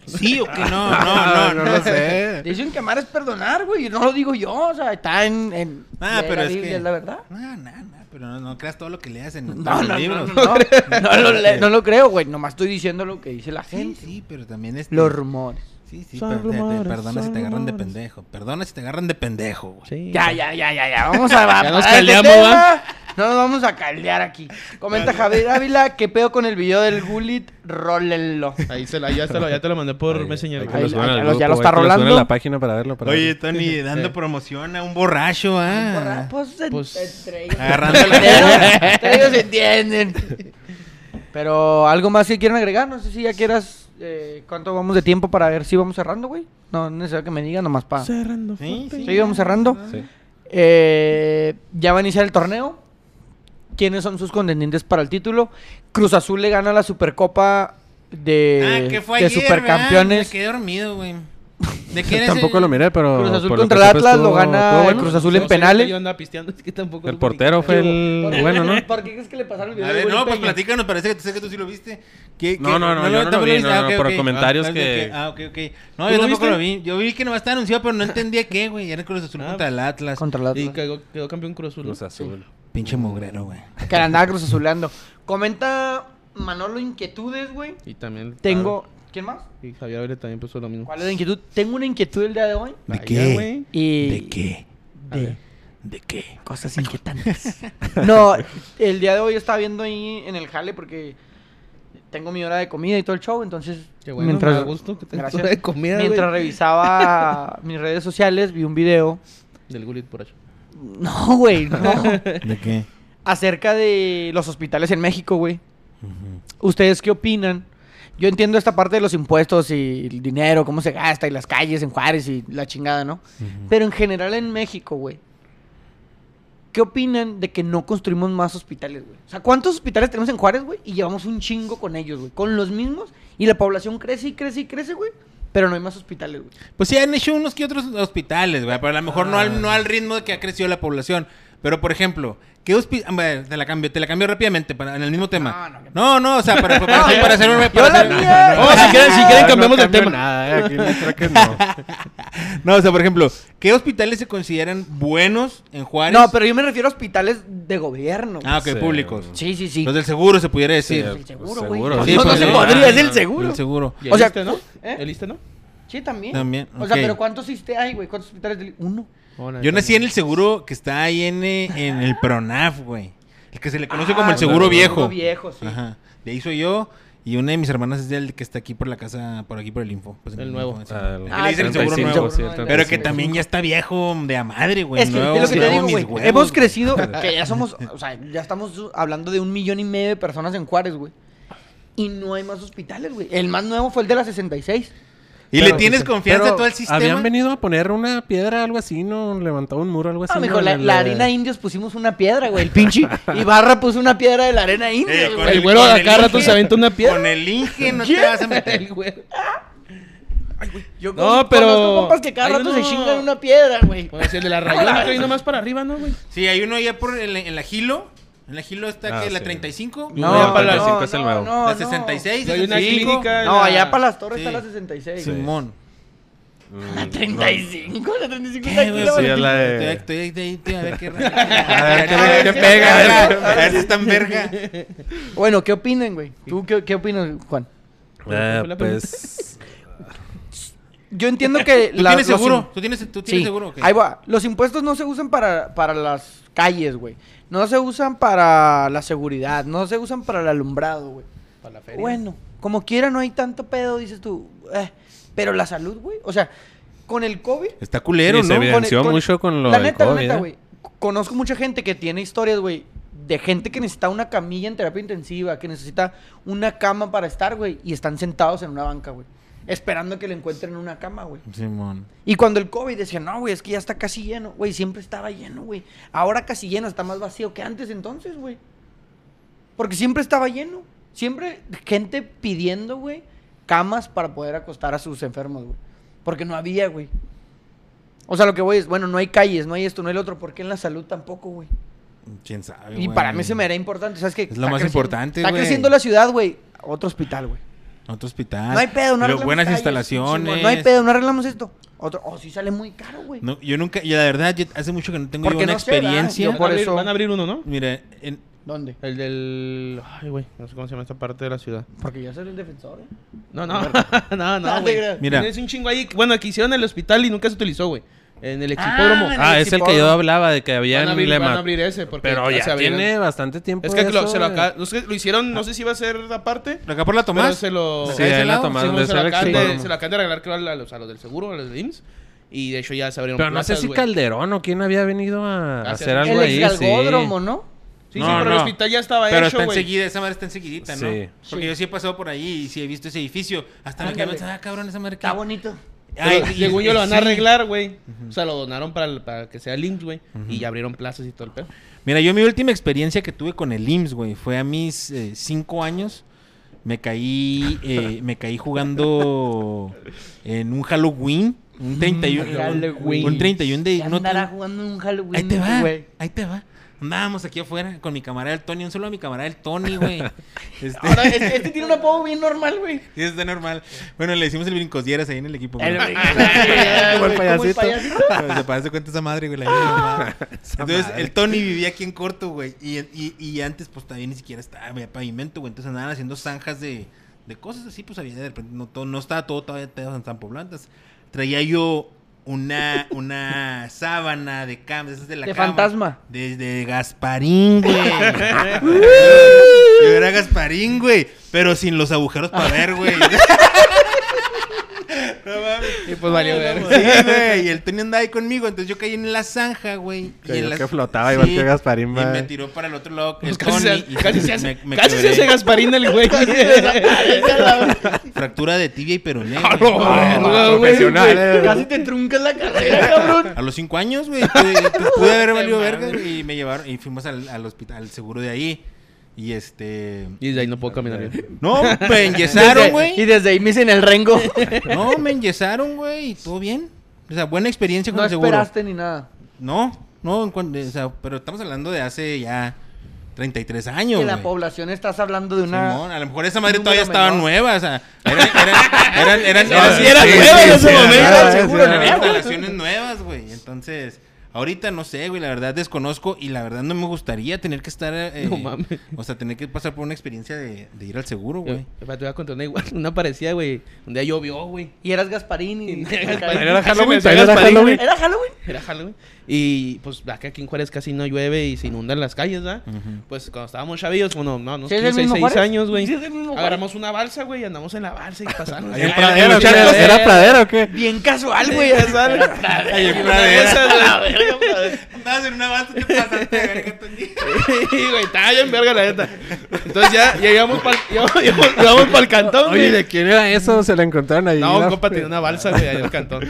S3: Sí o que no, no, no, no.
S5: lo sé.
S1: Dicen que amar es perdonar, güey. No lo digo yo, o sea, está en. en
S3: Ah,
S1: de
S3: pero
S1: la
S3: es
S1: Biblia,
S3: que-
S1: la verdad.
S3: No, no, no, pero no, no creas todo lo que leas en
S1: No,
S3: todos
S1: no,
S3: los
S1: no,
S3: libros.
S1: no, no, no lo, le- no lo creo, güey. Nomás estoy diciendo lo que dice la
S3: Sí,
S1: gente.
S3: sí, pero también este, es.
S1: Los rumores.
S3: Sí, sí,
S2: Son
S3: pero te- te-
S2: rumores,
S3: perdona si
S2: son
S3: te agarran de
S2: rumores.
S3: pendejo. Perdona si te agarran de pendejo, güey.
S2: Sí.
S1: Ya, ya, ya, ya, ya. Vamos a
S2: Ya nos
S1: a- a-
S2: caldeamos,
S1: tema.
S2: ¿va?
S1: No nos vamos a caldear aquí. Comenta Javier Ávila, ¿qué pedo con el video del Gulit? Rólenlo.
S2: Ahí se la, ya, te lo, ya te lo mandé por Messenger.
S5: Ahí
S2: güey.
S5: que lo
S1: Ahí-
S5: suban
S1: ahí-
S5: al
S1: ya lo
S5: grupo,
S1: está
S5: ahí que lo suban a
S1: rolando.
S5: la página para verlo. para
S3: Oye,
S5: verlo.
S3: Tony, dando promoción a un borracho, ah.
S1: Pues, en-
S2: Pues,
S1: entre ellos.
S3: agarrando la-
S1: Entre ellos- entre ellos se entienden. Pero, ¿algo más que quieren agregar? No sé si ya quieras. eh, ¿Cuánto vamos de tiempo para ver si vamos cerrando, güey? No, no es necesario que me digan, nomás para.
S2: Cerrando.
S3: Sí,
S2: fuerte.
S1: Sí, vamos cerrando.
S5: Sí.
S1: Eh, ya va a iniciar el torneo. ¿Quiénes son sus contendientes para el título? Cruz Azul le gana la Supercopa de,
S3: Ah, que fue
S1: de
S3: ayer, ¿verdad? Me
S1: Supercampeones.
S3: quedé dormido, güey. ¿De
S5: Yo
S3: quién es
S5: tampoco
S3: el-
S5: lo miré, pero.
S1: Cruz Azul
S5: por lo
S1: contra
S5: que
S1: el
S5: supe
S1: Atlas lo
S5: estuvo-
S1: gana
S5: estuvo
S1: el Cruz Azul en
S2: No sé,
S1: penales.
S2: Yo andaba pisteando, es que tampoco
S5: El
S2: lo
S5: portero fue el. Bueno, ¿no?
S1: ¿Por qué crees que le pasaron el video de
S3: A ver, no,
S1: Gulipeña?
S3: pues platícanos, parece que tú, sé que tú sí lo viste. ¿Qué-
S5: No,
S3: qué-
S5: no, no, yo no lo
S3: tampoco
S5: vi, no,
S3: Ah,
S5: no,
S3: ok,
S5: por
S3: ok.
S5: comentarios
S3: Ah, ok,
S5: que-
S3: ok. Ah, ok, ok. No,
S2: ¿Tú
S3: yo
S2: lo
S3: tampoco
S2: viste?
S3: lo vi. Yo vi que nomás estaba anunciado, pero no entendía qué, güey. Era Cruz Azul
S2: Ah,
S3: contra el Atlas.
S1: Contra el
S2: Y
S1: Atlas.
S2: quedó, quedó campeón Cruz Azul. ¿no?
S5: Cruz Azul.
S2: Ah,
S3: Pinche mugrero, güey.
S1: Que la andaba Cruz Azulando. Comenta Manolo Inquietudes, güey.
S2: Y también.
S1: Tengo. ¿Quién más?
S2: Y Javier Ávila también puso lo mismo.
S1: ¿Cuál es la inquietud? Tengo una inquietud el día de hoy.
S3: ¿De
S2: Vaya,
S3: qué?
S2: güey.
S1: Y
S3: ¿De qué?
S1: de
S3: ¿De qué?
S1: Cosas inquietantes. no, el día de hoy estaba viendo ahí en el jale porque tengo mi hora de comida y todo el show, entonces
S2: Qué bueno, me da gusto que tengas
S1: Gracias.
S2: hora de comida,
S1: mientras
S2: güey.
S1: revisaba mis redes sociales vi un video.
S2: Del Gulit por allá.
S1: No, güey, no.
S3: ¿De qué?
S1: Acerca de los hospitales en México, güey. ¿Ustedes qué opinan? Yo entiendo esta parte de los impuestos y el dinero, cómo se gasta y las calles en Juárez y la chingada, ¿no? Pero en general en México, güey. ¿Qué opinan de que no construimos más hospitales, güey? O sea, ¿cuántos hospitales tenemos en Juárez, güey? Y llevamos un chingo con ellos, güey. Con los mismos. Y la población crece y crece y crece, güey. Pero no hay más hospitales, güey.
S5: Ah.
S3: Pues sí, han hecho unos que otros hospitales, güey. Pero a lo mejor no, al, no al ritmo de que ha crecido la población. Pero, por ejemplo, ¿qué hospi- a ver, te la cambio, te la cambio rápidamente para, en el mismo
S1: No,
S3: tema. No,
S1: no, que-
S3: no, o sea, para, para- para hacer un...
S1: Yo
S3: para
S1: la
S3: hacer-
S1: mía.
S2: Oh, si quieren, si quieren
S5: Ah,
S2: cambiamos de
S5: no cambio
S2: tema.
S5: Nada, eh, aquí me creo que no.
S3: No, o sea, por ejemplo, ¿qué hospitales se consideran buenos en Juárez?
S1: No, pero yo me refiero a hospitales de gobierno.
S3: Ah, ok,
S5: Sí.
S3: públicos.
S1: Sí, sí, sí.
S3: Los del seguro se pudiera decir.
S5: Sí,
S1: El seguro,
S5: Seguro,
S1: güey.
S5: sí,
S1: no,
S3: pues
S1: no se
S3: sí.
S1: podría, es
S5: Ah,
S1: el
S5: no,
S1: seguro.
S3: El seguro.
S2: ¿Y
S1: O
S2: el
S1: sea,
S2: ISSSTE, no?
S1: ¿eh?
S2: ¿El ISSSTE, no?
S1: Sí, también.
S3: También,
S1: O sea,
S3: ok.
S1: pero ¿cuántos hiciste hay, güey? ¿Cuántos hospitales del... Uno.
S3: Yo nací en el seguro que está ahí en, eh, en el PRONAF, güey. El que se le conoce como
S1: Ah,
S3: el seguro
S5: el seguro
S3: viejo.
S1: viejo, sí.
S3: Ajá. De ahí soy yo. Y una de mis hermanas es del que está aquí por la casa, por aquí por el info. Pues, en
S2: El nuevo.
S3: Info, sí.
S5: Ah,
S3: Que
S5: el-
S3: le
S1: Ah,
S3: dicen el
S1: sí,
S3: seguro
S1: sí,
S3: nuevo.
S1: seguro.
S3: Pero que
S1: 35.
S3: también ya está viejo de a madre, güey.
S1: Es que
S3: Nuevo,
S1: es lo que te
S3: nuevo,
S1: digo,
S3: mis
S1: güey.
S3: huevos,
S1: Hemos crecido, que ya somos, o sea, ya estamos hablando de un millón y medio de personas en Juárez, güey. Y no hay más hospitales, güey. El más nuevo fue el de la 66.
S3: Y
S5: Pero-
S3: le tienes confianza
S5: pero
S3: a todo el sistema.
S5: Habían venido a poner una piedra, algo así, ¿no? Levantado un muro, algo así.
S1: Ah, mijo,
S5: ¿no?
S1: la,
S5: En el
S1: la
S5: de-
S1: arena indios pusimos una piedra, güey. El pinche Ibarra puso una piedra de la arena
S3: Eh,
S1: indios,
S3: con
S1: güey.
S2: el güero
S3: con
S2: de
S3: el
S2: acá rato
S3: Inge-
S2: se aventó una piedra.
S3: Con el Inge no te vas a meter.
S1: El güey. Yo
S2: No,
S1: con-
S2: pero-
S1: conozco compas que cada
S2: Ay,
S1: rato
S2: no.
S1: se chingan una piedra, güey.
S2: Bueno, sí, el de la rayona que vino más para arriba, ¿no, güey?
S3: Sí, hay uno allá por el, en la Gilo. En la Gilo está
S5: Ah,
S3: que la
S5: sí.
S3: 35.
S2: No, allá para la-
S5: es el nuevo.
S1: no,
S3: la
S1: no.
S3: 66.
S2: Hay una
S3: 65.
S2: clínica.
S1: No,
S2: la-
S1: allá para las torres está
S3: Sí.
S1: la 66. güey.
S3: Simón.
S1: La 35, la 35
S3: ¿Qué,
S1: está aquí,
S3: güey?
S1: la
S5: Sí, es la de-
S3: Estoy, estoy- estoy- estoy- a ver qué
S5: A ver,
S1: a ver qué
S5: pega, a ver qué
S3: A ver si están verga.
S1: Bueno, ¿qué opinen, güey? ¿Tú qué, qué opinas, Juan?
S5: Ah,
S2: Fue la
S5: pues.
S1: Yo entiendo que...
S3: ¿Tú
S1: la-
S3: tienes
S1: los
S3: seguro?
S1: im-
S3: ¿Tú tienes, tú tienes
S1: Sí,
S3: seguro? o qué?
S1: ahí va. Los impuestos no se usan para, para las calles, güey. No se usan para la seguridad. No se usan para el alumbrado, güey.
S2: Para la
S1: Bueno, como quiera no hay tanto pedo, dices tú. eh, pero la salud, güey. O sea, con el COVID...
S5: Está culero,
S1: ¿no?
S5: Se
S1: Con el-
S5: evidenció
S1: con-
S5: mucho con lo
S1: la
S5: del
S1: neta,
S5: COVID,
S1: la
S5: ¿eh?
S1: neta, güey. Conozco mucha gente que tiene historias, güey, de gente que necesita una camilla en terapia intensiva, que necesita una cama para estar, güey, y están sentados en una banca, güey, esperando que le encuentren una cama, güey.
S3: Simón.
S1: Y cuando el COVID decía, no, güey, es que ya está casi lleno, güey, siempre estaba lleno, güey. Ahora casi lleno, está más vacío que antes entonces, güey. Porque siempre estaba lleno. Siempre gente pidiendo, güey, camas para poder acostar a sus enfermos, güey. Porque no había, güey. O sea, lo que voy es, bueno, no hay calles, no hay esto, no hay lo otro. ¿Por qué en la salud tampoco, güey?
S3: ¿Quién sabe?
S1: Y
S3: güey?
S1: para mí se me era importante, ¿sabes qué?
S3: Es lo más importante,
S1: Está
S3: güey.
S1: creciendo la ciudad, güey. Otro hospital, güey.
S3: Otro hospital.
S1: No hay pedo, no
S3: Ah, Pero
S1: arreglamos
S3: buenas
S1: calles,
S3: instalaciones.
S1: Simón, No hay pedo, no arreglamos esto. Otro, oh, sí sale muy caro, güey.
S3: No, yo nunca, y la verdad, yo hace mucho que no tengo yo
S1: Porque
S3: una
S1: no se da,
S3: experiencia.
S1: yo- por
S2: Van a abrir-
S1: eso-
S2: Van a abrir uno, ¿no?
S3: Mira, en-
S1: ¿Dónde?
S2: El del. Ay, güey. No sé cómo se llama esta parte de la ciudad.
S1: Porque yo soy un defensor, ¿eh?
S2: No, no. no,
S1: No te
S2: no, güey.
S1: creas.
S3: Mira.
S2: Tienes un chingo ahí. Bueno, aquí hicieron el hospital y nunca se utilizó, güey. En el equipódromo.
S1: en
S5: Ah, es el que yo hablaba de que había
S2: van, a abrir,
S5: lema.
S2: van a abrir ese. Porque
S5: Pero
S2: se
S5: ya
S2: abrieron.
S5: tiene bastante tiempo.
S2: Es que lo,
S5: eso,
S2: se lo,
S5: güey.
S2: acá- no sé, lo hicieron, no sé si iba a ser aparte.
S3: acá por la
S2: Pero
S3: Tomás.
S2: se lo.
S5: Sí,
S3: ¿A ese
S5: ahí la
S3: lado?
S2: Sí,
S5: tomaron.
S2: bueno,
S5: de
S2: se, lo
S5: ser
S2: acaban de,
S5: explorado.
S2: se lo acaban de regalar, creo, a los, a los del seguro, a los de IMSS. Y de hecho ya se abrieron.
S5: Pero no sé
S2: plazas,
S5: si
S2: güey.
S5: Calderón o quién había venido a
S2: Ah, sí,
S5: hacer
S2: sí.
S5: algo
S1: El
S5: ahí. sí.
S1: exgalgódromo, ¿no?
S2: Sí, sí,
S5: No,
S2: pero el
S5: no.
S2: hospital ya estaba
S3: Pero
S2: hecho,
S3: está
S2: güey.
S3: enseguida, esa madre está enseguidita, ¿no?
S5: Sí.
S3: Porque
S1: Sí.
S3: yo sí he pasado por ahí y sí he visto ese edificio. Hasta me quedé
S1: Ándale.
S3: pensando, ah, cabrón, esa madre que...
S1: Está bonito.
S2: Pero Según yo lo van a
S3: sí.
S2: arreglar, güey. O sea, lo donaron para, el- para que sea el IMSS, güey. Y ya abrieron plazas y todo el pedo.
S3: Mira, yo mi última experiencia que tuve con el IMSS, güey, fue a mis eh, cinco años. Me caí, eh, me caí jugando en un Halloween. Un 31,
S1: Mm, Halloween.
S3: Un 31 de...
S1: Ya
S3: no-
S1: andará jugando en un Halloween.
S3: Ahí te va,
S1: güey.
S3: ahí te va. Andábamos aquí afuera con mi camarada el Tony, un saludo a mi camarada el Tony, güey. Este,
S1: Ahora, este, este tiene un apodo bien normal, güey.
S3: sí, está normal. Bueno, le hicimos el brincosieras ahí en el equipo. güey.
S1: El-
S3: Como el
S1: Como el
S3: payasito.
S1: payasito.
S3: Se parece cuenta esa madre, güey. la hija de la madre. Entonces, el Tony vivía aquí en corto, güey. Y, y- y antes, pues, todavía ni siquiera estaba, había pavimento, güey. Entonces, andaban haciendo zanjas de, de cosas así. Pues, había de repente, no, todo, no estaba todo todavía pedazo en Campo Blantas. Traía yo una, una sábana de cama, de esas de la
S1: De
S3: cama.
S1: fantasma.
S3: Desde Gasparín, güey. Yo era Gasparín, güey. Pero sin los agujeros para ver, güey. No mames.
S2: Y pues valió ver.
S3: Sí, güey. Y el Tony andaba ahí conmigo. Entonces yo caí en la zanja, güey. y
S5: Creyó
S3: en la-
S5: que flotaba igual que Gasparín,
S3: Y
S5: va.
S3: me tiró para el otro lado. El
S2: Pues casi
S3: Tony,
S2: se,
S3: y
S2: casi se
S3: me-
S2: hace,
S3: me
S2: casi se
S3: quebré.
S2: hace Gasparín el güey.
S3: Fractura de tibia y peroné.
S2: Ah,
S3: güey.
S2: Verga, güey.
S5: Profesional, eh.
S1: Casi te truncas la carrera, cabrón.
S3: A los cinco años, güey. Pude, pude haber valido verga. Y me llevaron. Y fuimos al, al hospital, al seguro de ahí. Y este.
S2: Y desde ahí no puedo caminar bien.
S3: No, me enyesaron,
S1: Desde-
S3: güey.
S1: Y desde ahí me dicen el rengo.
S3: No, me enyesaron, güey. y Todo bien. O sea, buena experiencia con
S1: No
S3: el seguro.
S1: esperaste ni nada.
S3: No, No, en cuan- o sea, pero estamos hablando de hace ya 33 años.
S1: Que la
S3: güey.
S1: población estás hablando de una.
S3: Simón, a lo mejor esa madre
S1: Número
S3: todavía estaba
S1: menor.
S3: nueva, o sea, eran, eran, eran, eran,
S2: No, sí era
S3: eran
S2: nueva en ese
S5: era
S2: momento.
S1: nueva,
S2: seguro,
S1: sí era
S2: ¿no?
S1: nueva.
S3: instalaciones nuevas, güey. Entonces, ahorita no sé, güey, la verdad desconozco y la verdad no me gustaría tener que estar, eh,
S2: No mames.
S3: o sea, tener que pasar por una experiencia de, de ir al seguro, güey.
S2: Yo- Te voy a contar una igual, una parecida, güey. Un día llovió, güey.
S1: Y eras Gasparín y.
S2: Era Halloween,
S5: era Halloween.
S1: ¿Era Halloween?
S2: Era Halloween. Y pues acá aquí en Juárez casi no llueve y se inundan las calles, ¿verdad? Pues cuando estábamos chavillos, bueno, no, no,
S1: ¿Sí es el
S2: 15,
S1: mismo
S2: 16
S1: Juárez?
S2: años, güey.
S1: ¿Sí es el mismo Juárez?
S2: Agarramos una balsa, güey, y andamos en la balsa y pasamos.
S3: Ahí en
S2: Ay,
S3: Pradera,
S2: ay,
S5: ¿Era,
S3: ¿no?
S2: muchachos,
S5: era-
S2: eh,
S5: era pradera o qué?
S1: Bien casual, güey.
S3: Ay, en
S2: una
S3: Pradera.
S2: bolsa, güey.
S3: Andabas en una banda, te pasaste de verga, Toñi.
S2: Sí, güey, estaba bien verga la neta. Entonces ya llegamos para el cantón,
S5: Oye,
S2: güey.
S5: ¿de quién era eso? Se la encontraron ahí.
S2: No,
S5: La-
S2: un compa tenía una balsa, güey, allá en el cantón.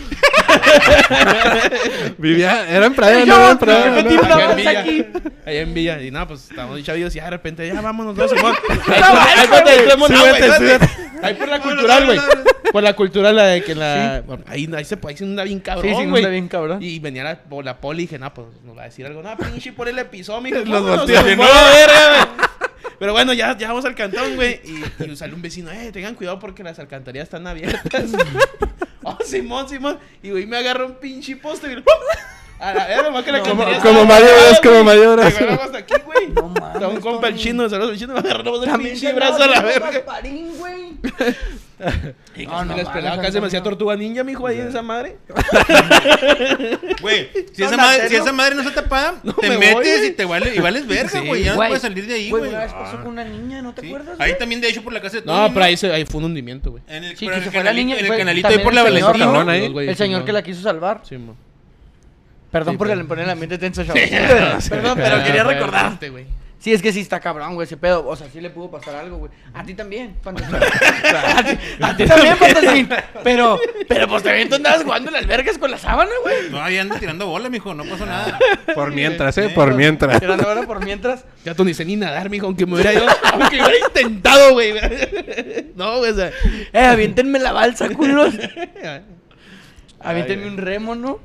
S5: Vivía, era en pradera,
S1: Yo,
S5: no era en
S1: de
S5: pradera.
S1: repente,
S5: ¿no?
S1: una
S2: Allá en
S1: balsa
S2: Villa.
S1: aquí.
S2: Allá en Villa. Y nada, pues estábamos chavillos y ya de repente, ya vámonos, dos, Simón.
S1: balsa,
S2: Ahí cuando
S1: güey.
S2: entremos, no,
S5: Súbete,
S2: güey, espérate.
S5: súbete.
S2: Ahí por la cultural, güey. Por la cultural, la de que la. Ahí, ahí se ahí se inunda bien cabrón.
S1: Sí, se
S2: güey.
S1: inunda bien cabrón.
S2: Y venía la, por la poli y dije, no, pues nos va a decir algo. No, pinche, por el episodio,
S5: Los volteó.
S2: volteos.
S5: No.
S2: Pero bueno, ya, ya vamos al cantón, güey. Y, y sale un vecino, eh, tengan cuidado porque las alcantarillas están abiertas. oh, Simón, Simón. Y güey, me agarró un pinche poste. güey. A la verga, más que la alcantarilla
S5: como
S2: estaba
S5: Mario
S2: abierta,
S5: Bros,
S2: güey.
S5: como Mario Bros.
S2: Me agarró hasta aquí, güey.
S1: No mames,
S2: Estaba un compa el
S1: Tony.
S2: chino, saludos el chino, me agarró del
S1: También
S2: pinche
S1: te
S2: brazo a la
S1: andabas
S2: verga.
S1: haciendo Gasparín, güey.
S2: Y
S1: No, no
S2: les
S1: mames,
S2: pelaba, casi me hacía
S1: Antonio.
S2: tortuga ninja, mijo, ahí en esa madre.
S3: Güey, si,
S1: No,
S3: esa
S1: la
S3: madre-
S1: sé,
S3: si
S1: ¿no?
S3: esa madre no está tapada, te
S2: me
S3: metes
S2: voy,
S3: y
S2: güey.
S3: te vale, y vales verga, güey. ya no
S1: Güey,
S3: puedes salir de ahí,
S1: güey,
S3: güey.
S1: Una vez pasó con una niña, ¿no te
S3: Sí.
S1: acuerdas?
S3: Ahí
S1: güey?
S3: también, de hecho, por la casa de
S2: No,
S3: Toño,
S2: pero ahí, se- ahí fue un hundimiento, güey.
S3: En el,
S1: Sí,
S3: pero
S1: que
S3: en
S1: se
S3: el
S1: fue la
S3: canalito-
S1: niña,
S3: en el
S1: fue-
S3: canalito ahí
S1: también
S3: por la
S1: el señor,
S3: Valentina.
S5: cabrón, ahí.
S2: Los güeyes,
S1: El señor
S2: Simón.
S1: que la quiso salvar.
S2: Simón.
S1: Perdón
S2: Sí,
S1: porque
S2: pero-
S1: le ponen el ambiente tenso, chavos. Perdón, pero quería recordar.
S5: este,
S2: recordarte, güey.
S1: Sí, es que sí está cabrón, güey, ese pedo. O sea, sí le pudo pasar algo, güey. A ti también, Fantasmin. a, ti, a ti también, Fantasmin. Pero, pero pues también tú andabas jugando en las vergas con la sábana, güey.
S3: Todavía anda tirando bola, mijo, no
S1: Ah.
S3: pasó nada.
S5: Por mientras, eh, por mientras.
S1: Pero no, bueno, por mientras.
S2: Ya tú ni sé ni nadar, mijo, aunque me hubiera ido. aunque hubiera intentado, güey. No, güey, o sea. eh,
S1: Eh, aviéntenme la balsa, culos. Aviéntenme un remo, ¿no?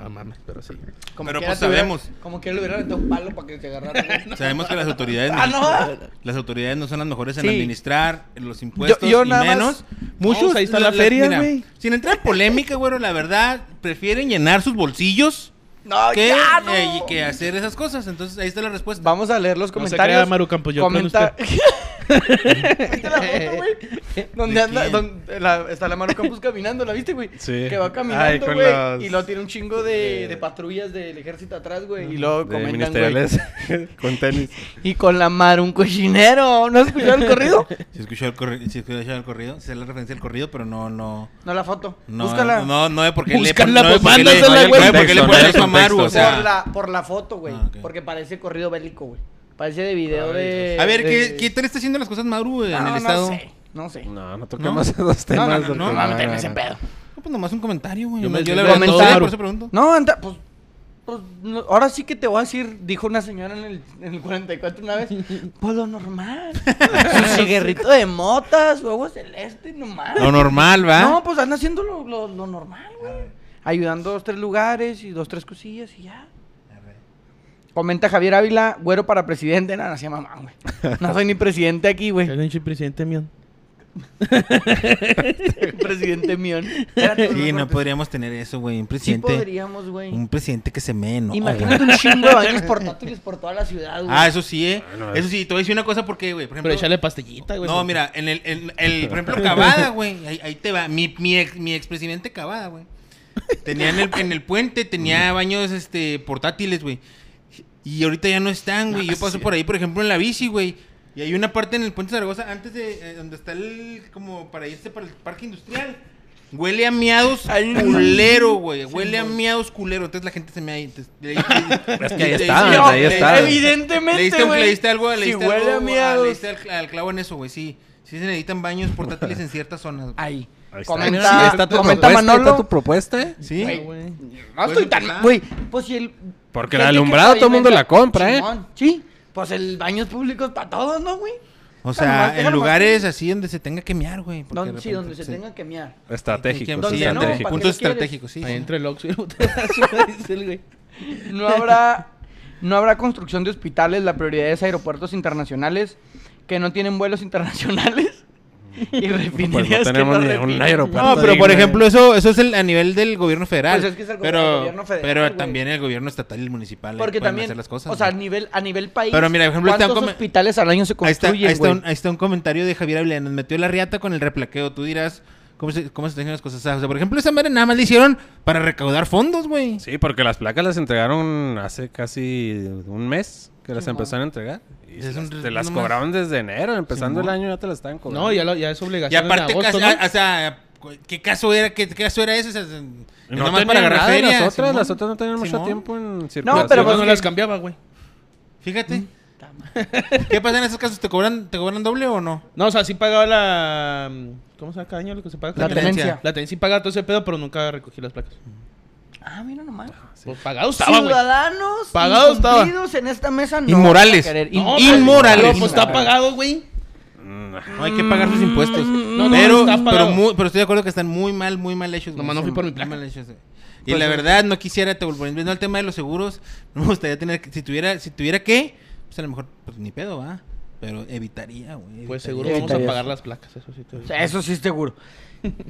S2: No mames, pero sí.
S3: Pero
S1: quiera ¿eh?
S3: pues
S1: te hubiera-
S3: sabemos.
S1: como que le hubiera aventado un palo para que te agarrara. güey.
S3: Sabemos que las autoridades
S1: Ah, no.
S3: las autoridades no son las mejores en
S1: Sí.
S3: administrar en los impuestos
S1: Yo- yo
S3: y
S1: nada más-
S3: menos. Muchos
S2: No, ahí está la
S3: las-
S2: feria,
S3: mira,
S2: güey.
S3: Sin entrar en polémica, güey, la verdad prefieren llenar sus bolsillos
S1: No,
S3: que,
S1: ya, no.
S3: eh, y que hacer esas cosas. Entonces, ahí está la respuesta.
S1: Vamos a leer los
S2: No se
S1: comentarios.
S2: crea, Maru Campos, yo creo en
S1: Comenta- ¿Viste la foto, güey? Donde
S3: ¿De
S1: anda,
S3: quién?
S1: donde- la- está la Maru Campos caminando, ¿la viste, güey?
S5: Sí.
S1: Que va
S5: Ay,
S1: caminando,
S5: con
S1: güey.
S5: los-
S1: Y luego tiene un chingo de, de patrullas del ejército atrás, güey. Y
S5: De
S1: luego comentan, güey.
S5: ministeriales con tenis.
S1: Y con la Maru, un cochinero. ¿No has escuchado el corrido?
S3: Si escuchó el, corri- si escuchó el corrido, si es la referencia al corrido, pero no, no.
S1: No, la foto.
S3: No,
S1: Búscala.
S3: no, no es porque le
S2: Búscala,
S3: no es
S2: pues,
S3: porque le-
S2: mándasela,
S3: no es
S2: güey.
S3: porque le
S5: Contexto,
S3: ponen
S5: no es
S3: eso a Maru, o
S5: contexto.
S3: sea.
S1: por, la, por la foto, güey.
S3: Ah, ok.
S1: Porque parece corrido bélico, güey. Parece de video de.
S3: A ver, ¿qué,
S1: de- Ah,
S3: ¿qué tal está haciendo las cosas Maru güey, en
S1: eh. No,
S3: el
S1: no
S3: estado?
S1: sé. No sé.
S5: No, no
S3: No.
S5: toquemos esos temas.
S3: no, no,
S5: porque
S3: no,
S1: No, no, ese pedo.
S3: No, pues nomás un comentario, güey.
S2: Yo
S3: Yo,
S2: me-
S3: la
S2: yo
S3: verdad
S1: me
S3: no
S1: enteré.
S3: sé, por eso pregunto.
S1: No, anda, pues, pues, no, ahora sí que te voy a decir, dijo una señora en el, en el 44 una vez, pues lo normal. Su cigarrito de motas, su agua celeste, nomás.
S3: Lo normal, ¿va?
S1: No, pues anda haciendo lo, lo- lo normal, güey. Ayudando dos, tres lugares y dos, tres cosillas y ya. Comenta Javier Ávila, güero para presidente. Nada, hacía mamá, güey. No soy ni presidente aquí, güey.
S2: el presidente mío?
S1: presidente mío.
S3: Sí, no podríamos tener eso, güey. Un
S1: Sí
S3: presidente.
S1: podríamos, güey.
S3: un presidente que se me no.
S1: Imagínate un chingo de baños portátiles por toda la ciudad, güey.
S3: Ah, eso sí, eh.
S5: Ah, no,
S3: eso sí, te voy a decir una cosa porque, güey, por
S2: Pero
S3: ejemplo.
S2: echarle pastillita, güey.
S3: no,
S2: porque-
S3: mira, en el, en el, por ejemplo, Cavada, güey. Ahí, ahí te va. Mi, mi, ex- mi expresidente Cavada, güey. Tenía en el, en el puente, tenía baños este portátiles, güey. Y ahorita ya no están, güey. Yo paso por ahí, por ejemplo, en la bici, güey. Y hay una parte en el puente Zaragoza, antes de eh, donde está el, como para irse para el parque industrial. Huele a miados culero, güey. Huele a miados culero. Entonces la gente se me ahí. entonces, le- le-
S5: que ahí
S3: le-
S5: está,
S3: le-
S5: ahí
S3: le-
S5: está.
S3: le-
S1: Evidentemente,
S3: le diste, un-
S1: güey.
S3: le diste algo, le
S1: Si
S3: diste
S1: huele
S3: algo,
S1: a
S3: ah,
S1: miados.
S3: le diste al, al clavo en eso, güey, sí. Sí se necesitan baños portátiles en ciertas zonas. güey.
S1: Ahí.
S5: Ahí está.
S1: Comenta,
S5: Sí, está tu
S1: comenta
S5: propuesta, está
S1: Manolo.
S5: tu propuesta, eh.
S3: Sí.
S1: Güey,
S2: güey.
S1: No estoy tan mal. Güey, pues si el.
S5: Porque la alumbrada todo el mundo la compra, ¿eh?
S1: eh. Sí. Pues el baños públicos para todos, ¿no, güey?
S3: O
S1: Nomás
S3: sea,
S1: déjalo
S3: en
S1: más
S3: lugares así donde se tenga que mear, güey. porque
S1: Don-
S3: de
S1: sí,
S3: repente-
S1: donde se
S3: sí.
S1: tenga que mear.
S5: Estratégico,
S3: Sí,
S1: Donde
S5: sí,
S1: no,
S5: estratégico.
S1: pa-
S3: puntos
S1: ¿para qué lo
S3: estratégicos, sí.
S2: Ahí entre el Oxxo y el botazo, dice el güey.
S1: No habrá, no habrá construcción de hospitales, la prioridad es aeropuertos internacionales que no tienen vuelos internacionales
S3: Pues
S1: y refinerías que
S5: Pues tenemos
S1: no
S5: ni un
S1: refinan.
S5: aeropuerto.
S3: No, pero
S5: digno,
S3: por
S5: eh.
S3: ejemplo, eso, eso es el, a nivel del gobierno federal.
S1: Pues es que es el
S3: pero,
S1: gobierno federal,
S3: pero
S1: güey.
S3: también el gobierno estatal y el municipal eh,
S1: Porque
S3: pueden
S1: también,
S3: hacer las cosas.
S1: o sea, a
S3: güey.
S1: nivel, a nivel país,
S3: Pero mira, por ejemplo, está un
S1: ¿cuántos
S3: come-
S1: hospitales al año se
S3: ahí, está,
S1: construyen,
S3: ahí está
S1: güey?
S3: un, ahí está un comentario de Javier Ávila. Nos metió la riata con el replaqueo. Tú dirás, ¿cómo se, cómo se están haciendo las cosas? O sea, por ejemplo, esa madre nada más le hicieron para recaudar fondos, güey.
S5: Sí, porque las placas las entregaron hace casi un mes que las
S1: Simón.
S5: empezaron a entregar. Y
S3: Es
S5: se
S3: un
S5: las- te
S3: ritmo
S5: las
S3: más.
S5: cobraron desde enero, empezando
S3: Simón.
S5: el año ya te las estaban cobrando.
S2: No, ya, lo- ya es
S3: Y
S2: obligación. en
S3: aparte,
S2: agosto,
S3: casi-
S2: ¿no?
S3: a- o sea, ¿qué caso era, qué, qué caso era ese? O sea, es
S5: Y
S3: nomás
S5: no tenían
S3: para agarrar
S5: nada de
S3: feria,
S5: las otras,
S3: Simón.
S5: las otras no tenían mucho
S3: Simón.
S5: tiempo en circulación.
S1: No, pero
S2: Yo
S1: pues
S2: no
S1: que-
S2: las cambiaba, güey.
S3: Fíjate. ¿Qué pasa en esos casos? ¿Te cobran, te cobran doble o no?
S2: No, o sea, sí pagaba la. ¿Cómo se llama cada año lo que se paga?
S1: La
S2: Cada-
S1: tenencia.
S2: La tenencia sí pagaba todo ese pedo, pero nunca recogí las placas.
S1: Ah, mira nomás.
S2: Pues pagado estaba, güey.
S1: Ciudadanos
S2: Pagado estaba.
S1: incumplidos en esta mesa no
S3: Inmorales.
S1: van a querer.
S2: No,
S1: In-
S2: pues,
S3: Inmorales.
S2: pero, Pues está pagado, güey.
S3: No hay que pagar sus impuestos.
S2: Mm, no,
S3: pero,
S2: está
S3: pero,
S2: pagado.
S3: mu- pero estoy de acuerdo que están muy mal, muy mal hechos. güey.
S2: Nomás no fui
S3: Están
S2: por mi
S3: muy
S2: placa. Pues
S3: mal hechos, güey. Y la verdad, no quisiera, te volver no al tema de los seguros. No me gustaría tener, que- si tuviera, si tuviera que, pues a lo mejor, pues ni pedo, va. Pero evitaría, güey. evitaría.
S2: Pues seguro vamos a
S1: Evitarías.
S2: pagar las placas, eso sí te digo.
S1: Eso sí, seguro.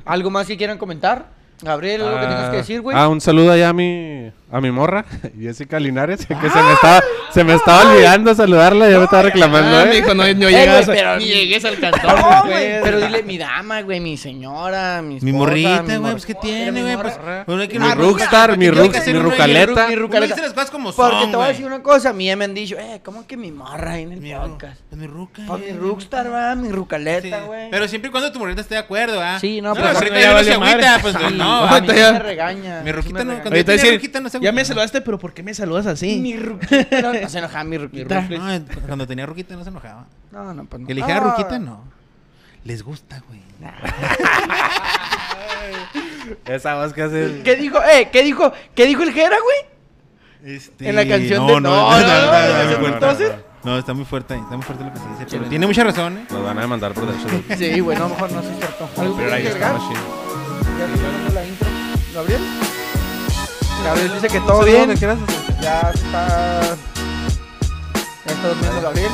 S1: ¿Algo más que quieran comentar? Gabriel, algo que tengas que decir, güey.
S5: Ah, un saludo allá a mi, a mi morra, Jessica Linares, que se me
S1: Ah.
S5: estaba, se me estaba olvidando saludarla, ya me estaba reclamando,
S2: Ah,
S5: ¿eh?
S2: mijo, no, no
S1: Eh,
S2: llegas,
S1: güey, pero-
S2: ni llegues
S1: No,
S2: al cantón,
S1: güey,
S2: güey.
S1: pero dile mi dama, güey, mi señora, mi esposa,
S3: Mi morrita,
S1: mi
S3: güey,
S1: mor-
S3: pues que
S1: Era
S3: tiene,
S1: mi
S3: güey.
S1: morra.
S3: Pues, uno hay que-
S5: Mi
S3: uno hay que
S5: rockstar,
S3: hacer-
S5: mi
S3: uno hay que
S5: rooks-
S3: hacer-
S5: mi
S3: uno hay que-
S5: rucaleta.
S1: Mi
S3: uno
S1: rucaleta.
S3: dice las cosas como son,
S1: Porque te voy a
S3: güey.
S1: decir una cosa, a mí ya me han dicho, eh, ¿cómo que mi morra ahí en el
S3: Mi
S1: podcast?
S3: ru- pues mi ruca.
S1: Pues
S3: eh,
S1: mi
S3: mi
S1: rockstar,
S3: ruca.
S1: va, mi
S3: Sí,
S1: rucaleta, güey.
S3: Pero siempre y cuando tu morrita esté de acuerdo, ¿ah?
S1: Sí, no,
S3: pero
S1: pero-
S3: ahorita
S2: Ya
S3: ya no
S2: vale
S3: se agüita,
S2: madre.
S3: pues
S1: Sí,
S3: no.
S1: a
S3: va.
S1: mí sí
S2: ya-
S1: me regaña.
S3: Mi
S1: sí
S3: ruquita
S1: me
S3: no-
S1: regaña.
S2: Ahorita
S3: cuando- tiene
S2: decir,
S3: ruquita, no se
S2: ya me
S3: agüita.
S2: saludaste, pero ¿por qué me saludas así?
S1: Mi ruquita no- no se enojaba mi ruquita.
S2: ruquita.
S3: No, cuando tenía ruquita no se enojaba.
S1: No, no, pues no.
S3: Que le dijera
S1: Ah,
S3: ruquita, no. Les gusta, güey.
S5: Esa voz que hace...
S1: ¿Qué dijo? Eh, ¿qué dijo? ¿Qué dijo el Jera, güey?
S3: Este,
S1: En la canción
S3: no,
S1: de-
S3: No,
S1: no,
S3: no,
S1: no,
S3: no,
S1: no,
S3: no,
S1: no,
S3: está
S1: no,
S3: muy fuerte.
S1: entonces-
S3: No, está muy fuerte, está muy fuerte lo que se dice. Pero tiene mucha razón, ¿eh?
S5: Nos van a demandar por derechos de autor.
S1: Sí, güey, no, mejor no se cierto. ¿Algo
S5: Pero
S1: que
S5: ahí está
S1: agregar?
S5: más chido.
S1: Ya se está dando la intro. ¿Gabriel? Gabriel dice que todo bien. Ya está. Ya está durmiendo Gabriel.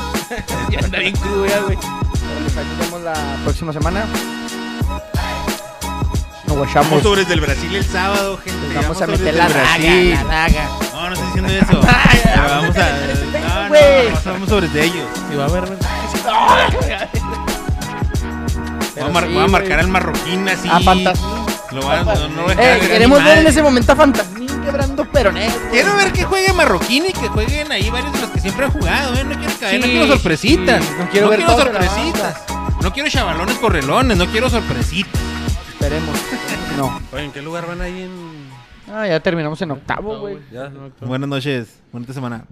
S2: Ya anda bien crudo ya, güey.
S1: Pero les ayudamos la próxima semana. Nos guachamos.
S3: Vamos sobre del Brasil el sábado, gente.
S1: Nos vamos a
S3: sobres
S1: meter
S3: del
S1: la
S3: Brasil.
S1: daga, la daga.
S3: No, no estoy diciendo eso. Pero vamos a. No, no,
S1: Güey.
S3: vamos- vamos sobre de ellos.
S2: Y va a haber, güey.
S3: Voy
S1: Pero
S3: a, mar-
S1: sí,
S3: voy a marcar
S1: güey.
S3: al marroquín así.
S1: A fantasmín.
S3: Lo voy a- no, no lo voy a dejar
S1: Ah, Eh,
S3: hacer
S1: queremos
S3: ni
S1: ver en
S3: madre.
S1: ese momento a Fantasmín quebrando perones.
S3: Quiero ver que juegue Marroquín y que jueguen ahí varios de los que siempre han jugado, ¿eh? No quiero caer, no
S4: Sí,
S3: quiero sorpresitas.
S1: sí.
S3: No quiero,
S1: ver todos de la
S3: sorpresitas. No quiero chavalones correlones, no quiero sorpresitas.
S1: Esperemos. No.
S5: Oye, ¿en qué lugar van ahí en...?
S1: Ah, ya terminamos en octavo, güey.
S5: Ya,
S3: Buenas noches, bonita semana.